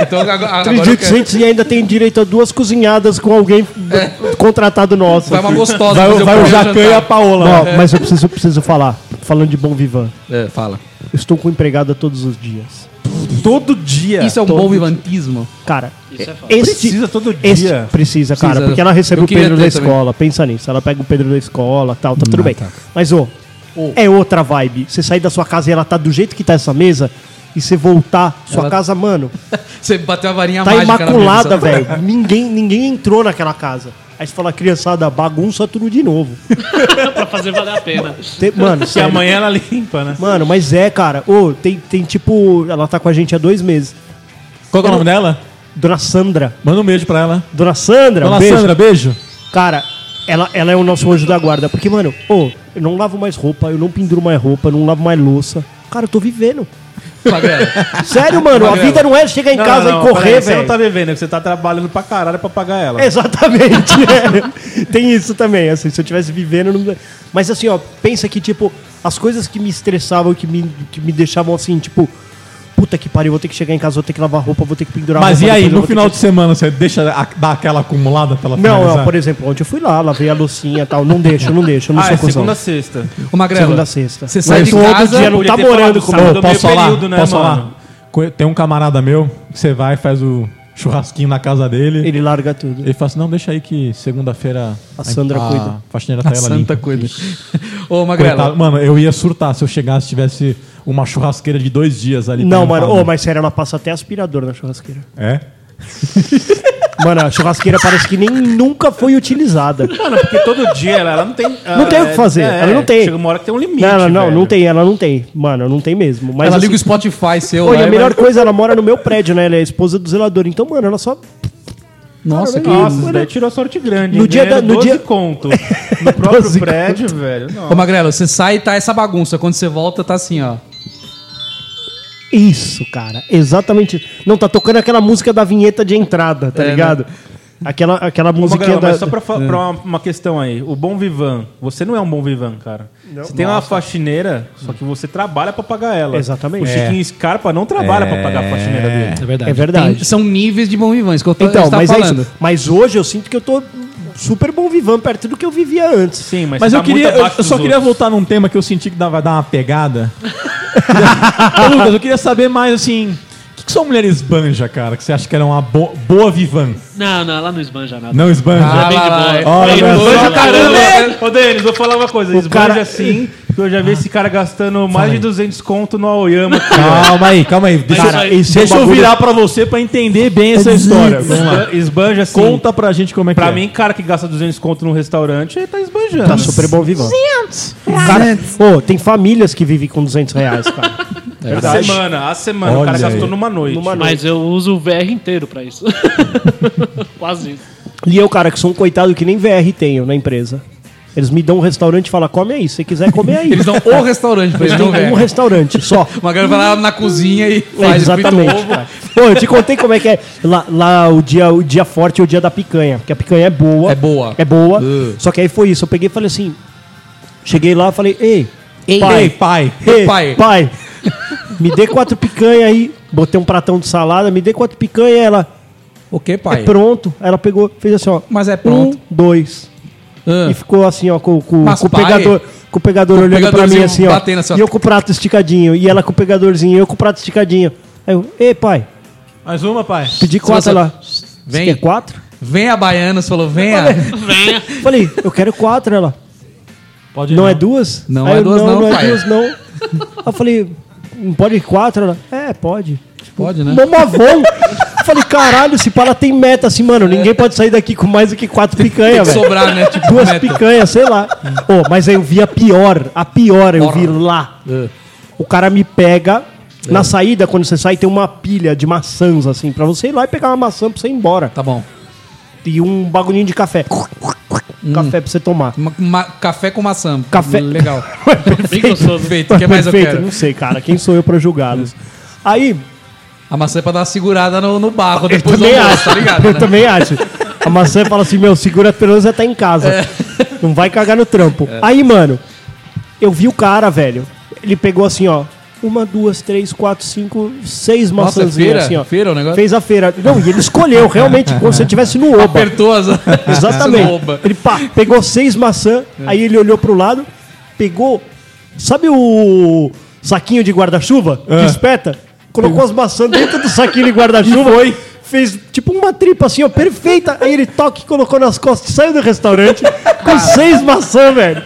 S7: então agora, agora eu quero.
S5: 3.800 e ainda tem direito a duas cozinhadas com alguém do- contratado nosso.
S7: É. Vai uma
S5: aqui.
S7: gostosa.
S2: Vai,
S7: fazer
S2: o- vai o
S7: primeiro
S2: Jacan e a
S7: jantar.
S2: Paola.
S5: Não,
S2: lá.
S5: mas eu preciso, eu preciso falar. Falando de bom vivan.
S7: É, fala.
S5: Eu estou com empregada todos os dias.
S2: Todo dia.
S7: Isso é um bom vivantismo.
S5: Cara,
S6: é foda.
S5: este,
S2: Precisa todo dia.
S5: este precisa, cara,
S7: Precisa.
S5: porque ela recebe
S7: Eu
S5: o
S7: queria
S5: Pedro da
S7: ter também. Ah,
S5: escola. Pensa nisso. Ela pega o Pedro da escola, tal, tá tudo bem. Mas, ô, é outra vibe. Você sair da sua casa e ela tá do jeito que tá essa mesa e você voltar, sua
S7: Ela-
S5: casa, mano,
S7: Você bateu a varinha
S5: tá
S7: mágica na mesa. (laughs)
S5: imaculada, velho. Ninguém, ninguém entrou naquela casa. Aí você fala, criançada, bagunça tudo de novo.
S6: pra fazer valer a pena.
S5: Tem- mano,
S3: Que
S5: sério.
S3: amanhã ela limpa, né?
S5: Mano, mas é, cara. Ô, tem, tem tipo. Ela tá com a gente há dois meses.
S2: Qual que é o nome dela?
S5: Dona Sandra.
S2: Manda um beijo pra ela.
S5: Dona Sandra,
S2: Dona
S5: um beijo.
S2: Sandra, beijo.
S5: Cara, ela, ela é o nosso anjo da guarda. Porque, mano, ô, eu não lavo mais roupa, eu não penduro mais roupa, eu não lavo mais louça. Cara, eu tô vivendo. Sério, mano, a vida não é chegar em
S3: Não,
S5: casa
S3: não, não,
S5: e
S3: peraí,
S5: correr,
S3: Você não
S5: velho.
S3: tá bebendo, é que você tá trabalhando pra caralho pra pagar ela.
S5: Exatamente. (laughs) é. Tem isso também, assim, se eu tivesse vivendo. Não... Mas assim, ó, pensa que, tipo, as coisas que me estressavam, que me, que me deixavam assim, tipo, puta que pariu, vou ter que chegar em casa, vou ter que lavar roupa, vou ter que pendurar
S2: Mas
S5: roupa.
S2: e aí,
S5: depois eu
S2: no
S5: vou ter
S2: final
S5: que-
S2: de semana, você deixa a- dar aquela acumulada pela
S5: Não, é não, por exemplo, ontem eu fui lá, lavei a loucinha e tal. Não deixo, não deixo, eu não
S3: Ah,
S5: sou
S3: é
S5: cuzão.
S3: segunda a sexta.
S4: Ô, Magrela,
S5: Segunda a sexta.
S4: Você sai
S5: Mas
S4: de
S5: o outro
S7: (laughs)
S4: casa...
S5: dia não
S3: podia
S5: tá
S3: ter
S5: morando
S3: falado
S2: Ô,
S5: com o
S3: sábado, meio
S2: posso falar?
S3: período, né,
S2: posso
S3: mano?
S2: falar? Co- Tem um camarada meu, que você vai, faz o churrasquinho na casa dele. Ele,
S5: Ele larga tudo.
S2: fala assim, não, deixa aí que segunda-feira...
S5: A Sandra
S2: a,
S5: cuida.
S2: A faxineira tá
S4: A
S2: ela
S4: santa
S2: limpa.
S4: coisa. Ô,
S2: Coitado,
S4: Magrela,
S2: mano, eu ia surtar se eu chegasse e tivesse uma churrasqueira de dois dias ali. pra
S5: Não, mano,
S4: né?
S2: limpar.
S5: ô, mas sério, ela passa até aspirador na churrasqueira.
S2: É?
S5: Mano, a churrasqueira parece que nem nunca foi utilizada.
S3: Mano, porque todo dia ela, ela não tem.
S5: Não tem o que fazer, ela não tem.
S3: Chega uma hora que tem um limite.
S5: não, não, não,
S3: velho.
S5: não tem, ela não tem. Mano, não tem mesmo. Mas
S4: ela
S5: assim,
S4: liga o Spotify seu
S5: Olha,
S4: lá
S5: a
S4: e
S5: melhor
S4: vai-
S5: coisa, ela mora no meu prédio, né? Ela é a esposa do zelador. Então, mano, ela só.
S4: Nossa, que...
S3: Nossa, isso daí tirou sorte grande.
S5: No
S3: hein?
S5: dia da-
S3: Ganhando
S5: no
S3: 12
S5: dia- (laughs)
S3: conto. No próprio
S5: 12
S3: prédio, velho.
S4: Ô,
S3: Não.
S4: Magrela, você sai e tá essa bagunça. Quando você volta, tá assim, ó.
S5: Isso, cara. Exatamente isso. Não, tá tocando aquela música da vinheta de entrada, tá
S4: É,
S5: ligado? Aquela, aquela
S3: Ô,
S5: musiquinha
S3: Magrela,
S5: da.
S3: mas né? só pra, fa-
S5: É.
S3: pra uma, uma questão aí. O bom vivan. Você não é um bom vivan, cara. Você tem uma faxineira, só que você trabalha pra pagar ela.
S5: Exatamente.
S3: O Chiquinho Scarpa não trabalha pra pagar a faxineira dele.
S7: É verdade.
S5: É verdade.
S4: Tem- são níveis de bom vivão, isso que eu tô, a
S5: Então,
S4: gente tá
S5: mas
S4: falando.
S5: é isso. Mas hoje eu sinto que eu tô super bom vivão perto do que eu vivia antes.
S3: Sim, mas,
S2: Mas
S3: você
S2: eu
S3: tá
S2: queria,
S3: muito
S2: eu,
S3: abaixo
S2: eu só
S3: dos
S2: queria
S3: outros.
S2: voltar num tema que eu senti que dá- vai dar uma
S5: (laughs)
S2: pegada. Ô, Lucas, eu queria saber mais assim. O que, que são mulheres banja, cara? Que você acha que era uma bo- boa vivan?
S6: Não, não, ela não esbanja nada.
S2: Não esbanja?
S4: Ah,
S6: bem de
S4: lá,
S6: boa.
S4: lá, é.
S2: Olha,
S6: Bem de
S2: mas
S6: boa.
S2: banja
S3: Ô, Denis, vou falar uma coisa. Esbanja
S5: cara-
S3: assim, que eu já vi esse
S5: (laughs)
S3: cara gastando mais de 200 conto no Aoyama.
S2: Calma aí, calma aí. Deixa,
S6: Cara,
S2: eu-
S5: esse é um
S2: deixa eu
S5: bagulho-
S2: virar pra você pra entender bem
S5: É
S2: essa história. Vamos lá.
S3: Esbanja assim.
S2: Conta pra gente como é que
S3: Pra
S2: é.
S3: mim, cara que gasta 200 conto num restaurante, ele tá esbanjando.
S5: Tá super bom vivão. Cara, pô, tem famílias que vivem com 200 reais, cara.
S3: A semana, a semana. o cara
S2: Olha
S3: gastou
S2: aí.
S3: numa noite.
S5: Numa noite.
S6: Mas eu uso o VR inteiro pra isso. Quase isso.
S5: E eu, cara, que sou um coitado que nem VR tenho na empresa. Eles me dão um restaurante e falam, come aí, se você quiser comer aí.
S4: Eles dão o restaurante pra eles, não
S5: um
S4: velho.
S5: restaurante só.
S4: Uma galera vai lá na cozinha
S5: (laughs)
S4: e faz frita um
S5: Exatamente.
S4: ovo.
S5: cara. Pô, eu te contei como é que é. Lá, lá o, dia, o dia forte é o dia da picanha. Porque a picanha é boa.
S4: É boa.
S5: É boa.
S4: Uh.
S5: Só que aí foi isso. Eu peguei e falei assim. Cheguei lá e falei, ei,
S4: Ei,
S2: Ei, pai.
S5: ei,
S4: pai.
S5: pai. (laughs) me dê quatro picanha aí. Botei um pratão de salada, me dê quatro picanha e ela.
S4: O que, pai?
S5: É pronto. Aí Ela pegou, fez assim, ó.
S4: Mas é pronto.
S5: Um, dois.
S4: Ah.
S5: E ficou assim, ó, com, com,
S4: Mas
S5: com o
S4: pai-
S5: pegador. Com o pegador
S4: Com o
S5: olhando pra mim
S4: pegadorzinho
S5: assim, ó.
S4: batendo assim, ó.
S5: E eu com o prato esticadinho. E ela com o pegadorzinho, eu com o prato esticadinho. Aí eu, ei, pai,
S2: Mais uma, pai.
S5: pedi quatro
S4: você-
S5: lá.
S4: Vem.
S5: Você quer quatro?
S4: Vem a baiana, você falou, vem a...
S5: Falei, eu quero quatro, ela.
S2: Pode ir,
S5: Não é duas?
S4: Não
S5: Aí
S4: é
S5: eu,
S4: duas não,
S5: não é
S4: pai."
S5: duas,
S4: (laughs)
S5: não. Aí eu falei, não pode quatro? Ela, é, pode.
S4: Pode, né?
S5: Vamos avô. Eu Falei, caralho, esse para tem meta assim, mano. Ninguém pode sair daqui com mais do que quatro
S4: Tem
S5: picanhas,
S4: que
S5: velho.
S4: sobrar, né? Tipo,
S5: Duas
S4: meta. Hum.
S5: picanhas, sei lá. Ô, mas aí eu vi a pior, a pior eu vi lá.
S4: É.
S5: O cara me pega. Na saída, quando você sai, tem uma pilha de maçãs, assim, pra você ir lá e pegar uma maçã pra você ir embora.
S4: Tá bom.
S5: E um bagulhinho de café. Café pra você tomar.
S4: Ma- ma- café com maçã.
S5: Café-
S4: Legal.
S5: (laughs)
S6: Bem gostoso.
S4: Perfeito. O que mais eu
S5: Perfeito,
S4: quero?
S5: não sei, cara. Quem sou eu pra julgá-los? Aí,
S4: A maçã é pra dar uma segurada no, no barro
S5: eu
S4: depois do
S5: também
S4: almoço,
S5: acho.
S4: tá ligado?
S5: eu
S4: né?
S5: também acho. A maçã fala assim, meu, segura pelo menos até em casa.
S4: É.
S5: Não vai cagar no trampo. Aí, mano, eu vi o cara, velho. Ele pegou assim, ó. Uma, duas, três, quatro, cinco, seis
S4: Nossa, é
S5: maçãzinhas
S4: feira?
S5: assim, ó.
S4: Feira o negócio?
S5: Fez a feira. Não, e ele escolheu, realmente, como se eu tivesse
S4: (laughs)
S5: no Oba.
S4: Apertou as...
S5: (laughs) Exatamente.
S4: Oba.
S5: Ele pá, pegou seis maçã, aí ele olhou pro lado, pegou. Sabe o saquinho de guarda-chuva? Que espeta? Colocou as maçãs dentro do saquinho de guarda-chuva. Foi. Fez tipo uma tripa assim, ó, perfeita. Aí ele toque, colocou nas costas e saiu do restaurante com seis maçãs, velho.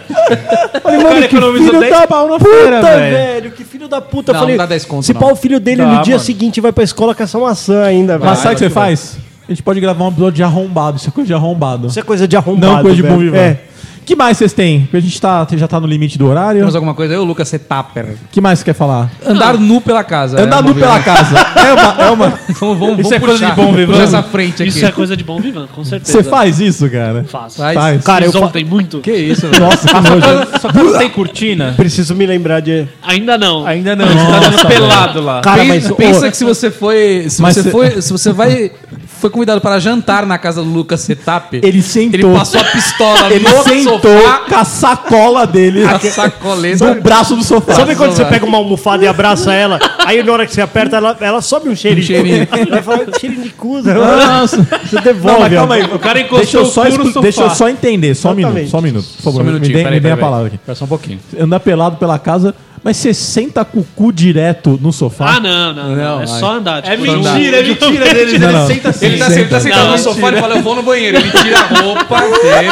S5: Falei, mano, que
S3: economizou
S5: filho
S3: 10
S5: da
S3: pau na
S5: puta,
S3: feira, velho.
S5: velho. Que filho da puta.
S4: Não,
S5: Falei,
S4: não dá 10 conto,
S5: se
S4: não.
S5: pau o filho dele
S3: Dá,
S5: no dia
S3: mano.
S5: seguinte vai pra escola com essa maçã ainda,
S2: Mas
S5: velho.
S2: sabe o que você faz? A gente pode gravar um episódio de arrombado. Isso é coisa de arrombado.
S5: Isso é coisa de arrombado.
S2: Não coisa de bom
S5: velho.
S2: vivan.
S5: É.
S2: que mais vocês têm? Porque a gente tá, já tá no limite do horário.
S4: Temos alguma coisa aí, ô Lucas Setaper?
S2: que mais você quer falar?
S4: Andar nu pela casa. é
S2: Andar nu pela
S4: (laughs)
S2: casa. É uma. É uma...
S4: Vamos, vamos,
S2: Isso
S4: vamos
S2: é coisa
S4: puxar-
S2: de bom vivan?
S4: puxar essa frente aqui.
S6: Isso é coisa de bom vivan, com
S2: Você
S6: certeza.
S2: faz isso, cara?
S6: Faz.
S4: Faz.
S2: Faz.
S6: Cara, eu
S5: fa-
S6: ontem muito?
S4: Que isso, velho.
S2: Nossa, que nojo.
S3: Só que não tem cortina?
S5: Preciso me lembrar de.
S6: Ainda não.
S3: Ainda não, você tá dando pelado lá.
S5: Cara,
S4: Pen-
S5: mas.
S4: pensa,
S5: ô,
S4: que se você foi. Se
S2: Mas
S4: você
S2: cê-
S4: foi. Se você vai. Foi convidado para jantar na casa do Lucas Setap.
S2: Ele sentou.
S4: Ele passou a pistola
S2: Ele
S4: no
S2: sentou um
S4: sofá,
S2: com a sacola dele
S4: a sacoleta.
S2: no braço do sofá.
S5: Sabe quando você
S4: velho.
S5: pega uma almofada e abraça ela? Aí na hora que você aperta, ela, ela sobe um cheirinho.
S4: cheirinho.
S5: Ela fala, cheirinho de cu. né?"
S2: Nossa.
S5: Você
S2: Não,
S5: devolve.
S2: mas calma aí.
S5: ó.
S3: O cara
S2: Deixa
S3: encostou
S2: eu, só
S3: o cu no
S2: expli-
S3: sofá.
S2: deixa eu só entender, só um minuto,
S5: Exatamente.
S2: só um minuto. Por favor,
S4: Só um
S2: me
S4: minutinho,
S2: dê,
S4: peraí,
S2: me dê a
S4: peraí,
S2: palavra aqui.
S4: Espera só um pouquinho.
S2: Andar pelado pela casa, mas você senta com o cu direto no sofá?
S6: Ah, não, não. não,
S4: Não,
S6: é
S4: ai.
S6: só andar. tipo,
S3: é mentira
S6: (laughs)
S3: dele.
S2: Não, não.
S4: Ele tá, ele tá sentado no
S6: Não,
S4: sofá e fala: Eu vou no banheiro. Ele tira a roupa dele,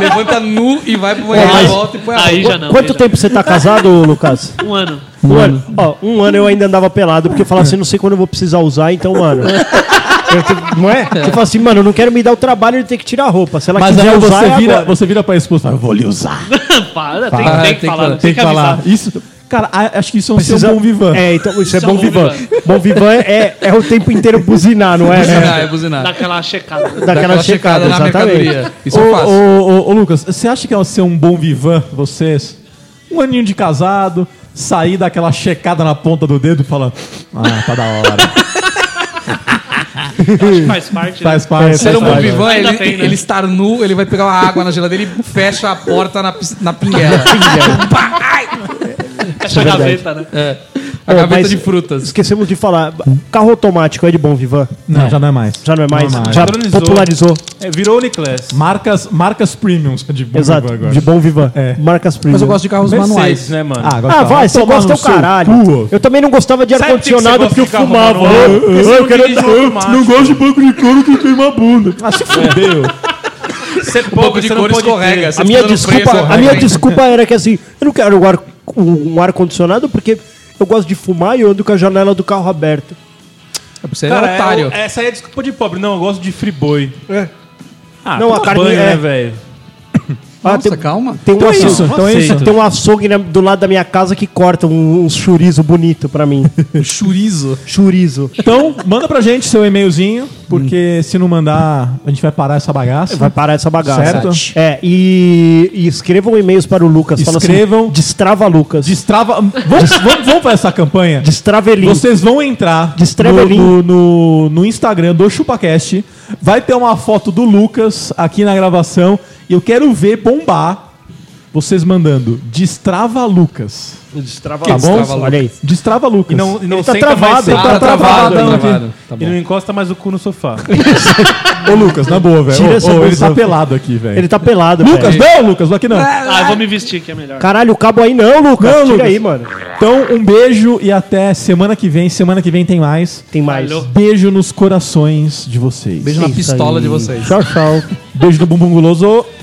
S4: levanta nu e vai pro banheiro,
S5: Mas-
S4: volta e põe a roupa.
S6: Aí já não.
S5: Quanto
S6: aí
S5: tempo você tá casado, Lucas?
S6: já- Um ano.
S5: Um ano. Ó, um ano eu ainda andava pelado, porque eu falava assim, não sei quando eu vou precisar usar, então, mano. Eu te- não é? Você fala assim, mano, eu não quero me dar o trabalho de ter que tirar a roupa. Se ela
S2: Mas
S5: quiser
S2: aí
S5: usar,
S2: você
S5: é
S2: vira,
S5: agora.
S2: você vira pra esposa e fala, eu vou lhe usar.
S6: Para, tem, tem que falar, tem,
S2: Tem que falar.
S6: avisar.
S2: Isso, cara, a- acho que isso é um
S5: Precisa-
S2: seu bom vivan.
S5: É, então, isso, é
S6: Isso
S5: bom vivan. Bom vivan é, é o tempo inteiro buzinar, não é?
S4: Buzinar, é buzinar.
S6: Dá aquela checada.
S5: Daquela
S4: Daquela
S5: checada,
S4: na
S5: exatamente.
S4: mercadoria. Isso
S2: ô,
S4: eu faço.
S2: ô, ô, ô, Lucas, você acha que é ser um bom vivan, vocês? Um aninho de casado, sair daquela checada na ponta do dedo e falar, ah, tá da hora.
S6: Acho que faz parte. né?
S2: Faz parte.
S4: Ser um
S2: faz
S4: bom
S2: parte.
S4: vivan,
S6: Ainda
S4: ele,
S6: tem, né?
S4: ele estar nu, ele vai pegar uma água na geladeira e fecha a porta na, pis- na pinguela. Pá, ai.
S6: né? Fecha a gaveta, né?
S4: É. A
S5: Ô,
S4: gaveta
S5: mas
S4: de frutas.
S5: Esquecemos de falar, carro automático é de bom vivan?
S2: Não, já não é mais.
S5: Já não é mais?
S2: mais.
S5: Já
S3: Padronizou.
S5: popularizou.
S3: É, virou Uniclass.
S2: Marcas, marcas premiums de bom
S5: Exato,
S2: vivan agora.
S5: de bom vivan.
S2: É.
S5: Marcas premium.
S4: Mas eu gosto de carros manuais.
S3: Mercedes, né, mano?
S2: Ah, agora
S5: Ah,
S2: tá.
S5: vai, você
S2: tomar
S5: gosta
S2: no
S5: o
S2: seu
S5: caralho. (laughs)
S2: cu.
S5: Eu também não gostava de
S3: Sabe por que que
S5: ar-condicionado
S3: você
S5: porque eu
S3: gosta de carro
S5: fumava.
S3: manual? Porque você não dirige automático.
S2: gosto de banco de couro que queima a bunda. Ah, se fudeu.
S3: Você
S4: Um pouco de
S3: você não
S4: cor
S3: pode
S4: escorrega.
S3: ter.
S4: você
S5: a minha
S4: pisa no freio,
S5: desculpa, a
S4: escorrega.
S5: minha desculpa era que assim, eu não quero um ar um ar condicionado porque eu gosto de fumar e eu ando com a janela do carro aberta.
S4: Você é um
S3: Cara, é,
S4: otário.
S3: o- essa aí é desculpa de pobre. Não, eu gosto de friboi.
S5: É.
S3: Ah,
S5: Não,
S3: não,
S5: a
S3: a
S5: carne
S3: banho,
S5: é-
S3: né, velho?
S5: Ah,
S4: Nossa,
S5: tem,
S4: calma.
S5: tem um
S2: Então é
S5: açougue,
S2: isso, então é isso.
S5: tem um açougue na- do lado da minha casa que corta um, um chorizo bonito pra mim.
S4: Churizo.
S5: chorizo.
S2: Então, manda pra gente seu e-mailzinho, porque se não mandar, a gente vai parar essa bagaça.
S5: Hum. Vai parar essa bagaça.
S2: Certo.
S5: É, e, e escrevam e-mails para o Lucas. Fala assim,
S2: Escrevam.
S5: destrava Lucas.
S2: Destrava. Vamos, vamos, vamos fazer essa campanha?
S5: Destrava tá ele.
S2: Vocês vão entrar
S5: Destrava
S2: no,
S5: ele.
S2: no, no- no Instagram do ChupaCast. Vai ter uma foto do Lucas aqui na gravação. E eu quero ver bombar vocês mandando. Destrava Lucas.
S5: Destrava
S2: Tá bom?
S4: Destrava
S5: Olha aí.
S2: Destrava Lucas.
S3: E não, e não
S5: Ele tá
S3: senta
S5: travado,
S3: mais
S5: ele
S3: ele
S2: tá
S4: Ah, tá travado,
S2: travadão
S4: tá
S2: aqui.
S4: travado. Tá
S3: E
S4: bom.
S3: não encosta mais o cu no sofá.
S2: (laughs) Ô, Lucas, na boa, velho.
S5: Tira
S2: Ô,
S5: essa
S2: ô, ele
S5: blusa.
S2: tá pelado aqui, velho.
S5: Ele tá pelado,
S2: Lucas,
S5: velho.
S2: não, Lucas, aqui não.
S6: Ah, eu vou me vestir que é melhor.
S5: Caralho, o cabo aí não, Lucas.
S2: Não,
S5: Tira
S2: Lucas.
S5: aí, mano.
S2: Então, um beijo e até semana que vem. Semana que vem tem mais.
S5: Tem mais.
S6: Falhou.
S2: Beijo nos corações de vocês.
S4: Beijo na
S5: Isso
S4: pistola
S5: aí.
S4: de vocês.
S5: Tchau, tchau.
S2: Beijo no bumbum guloso.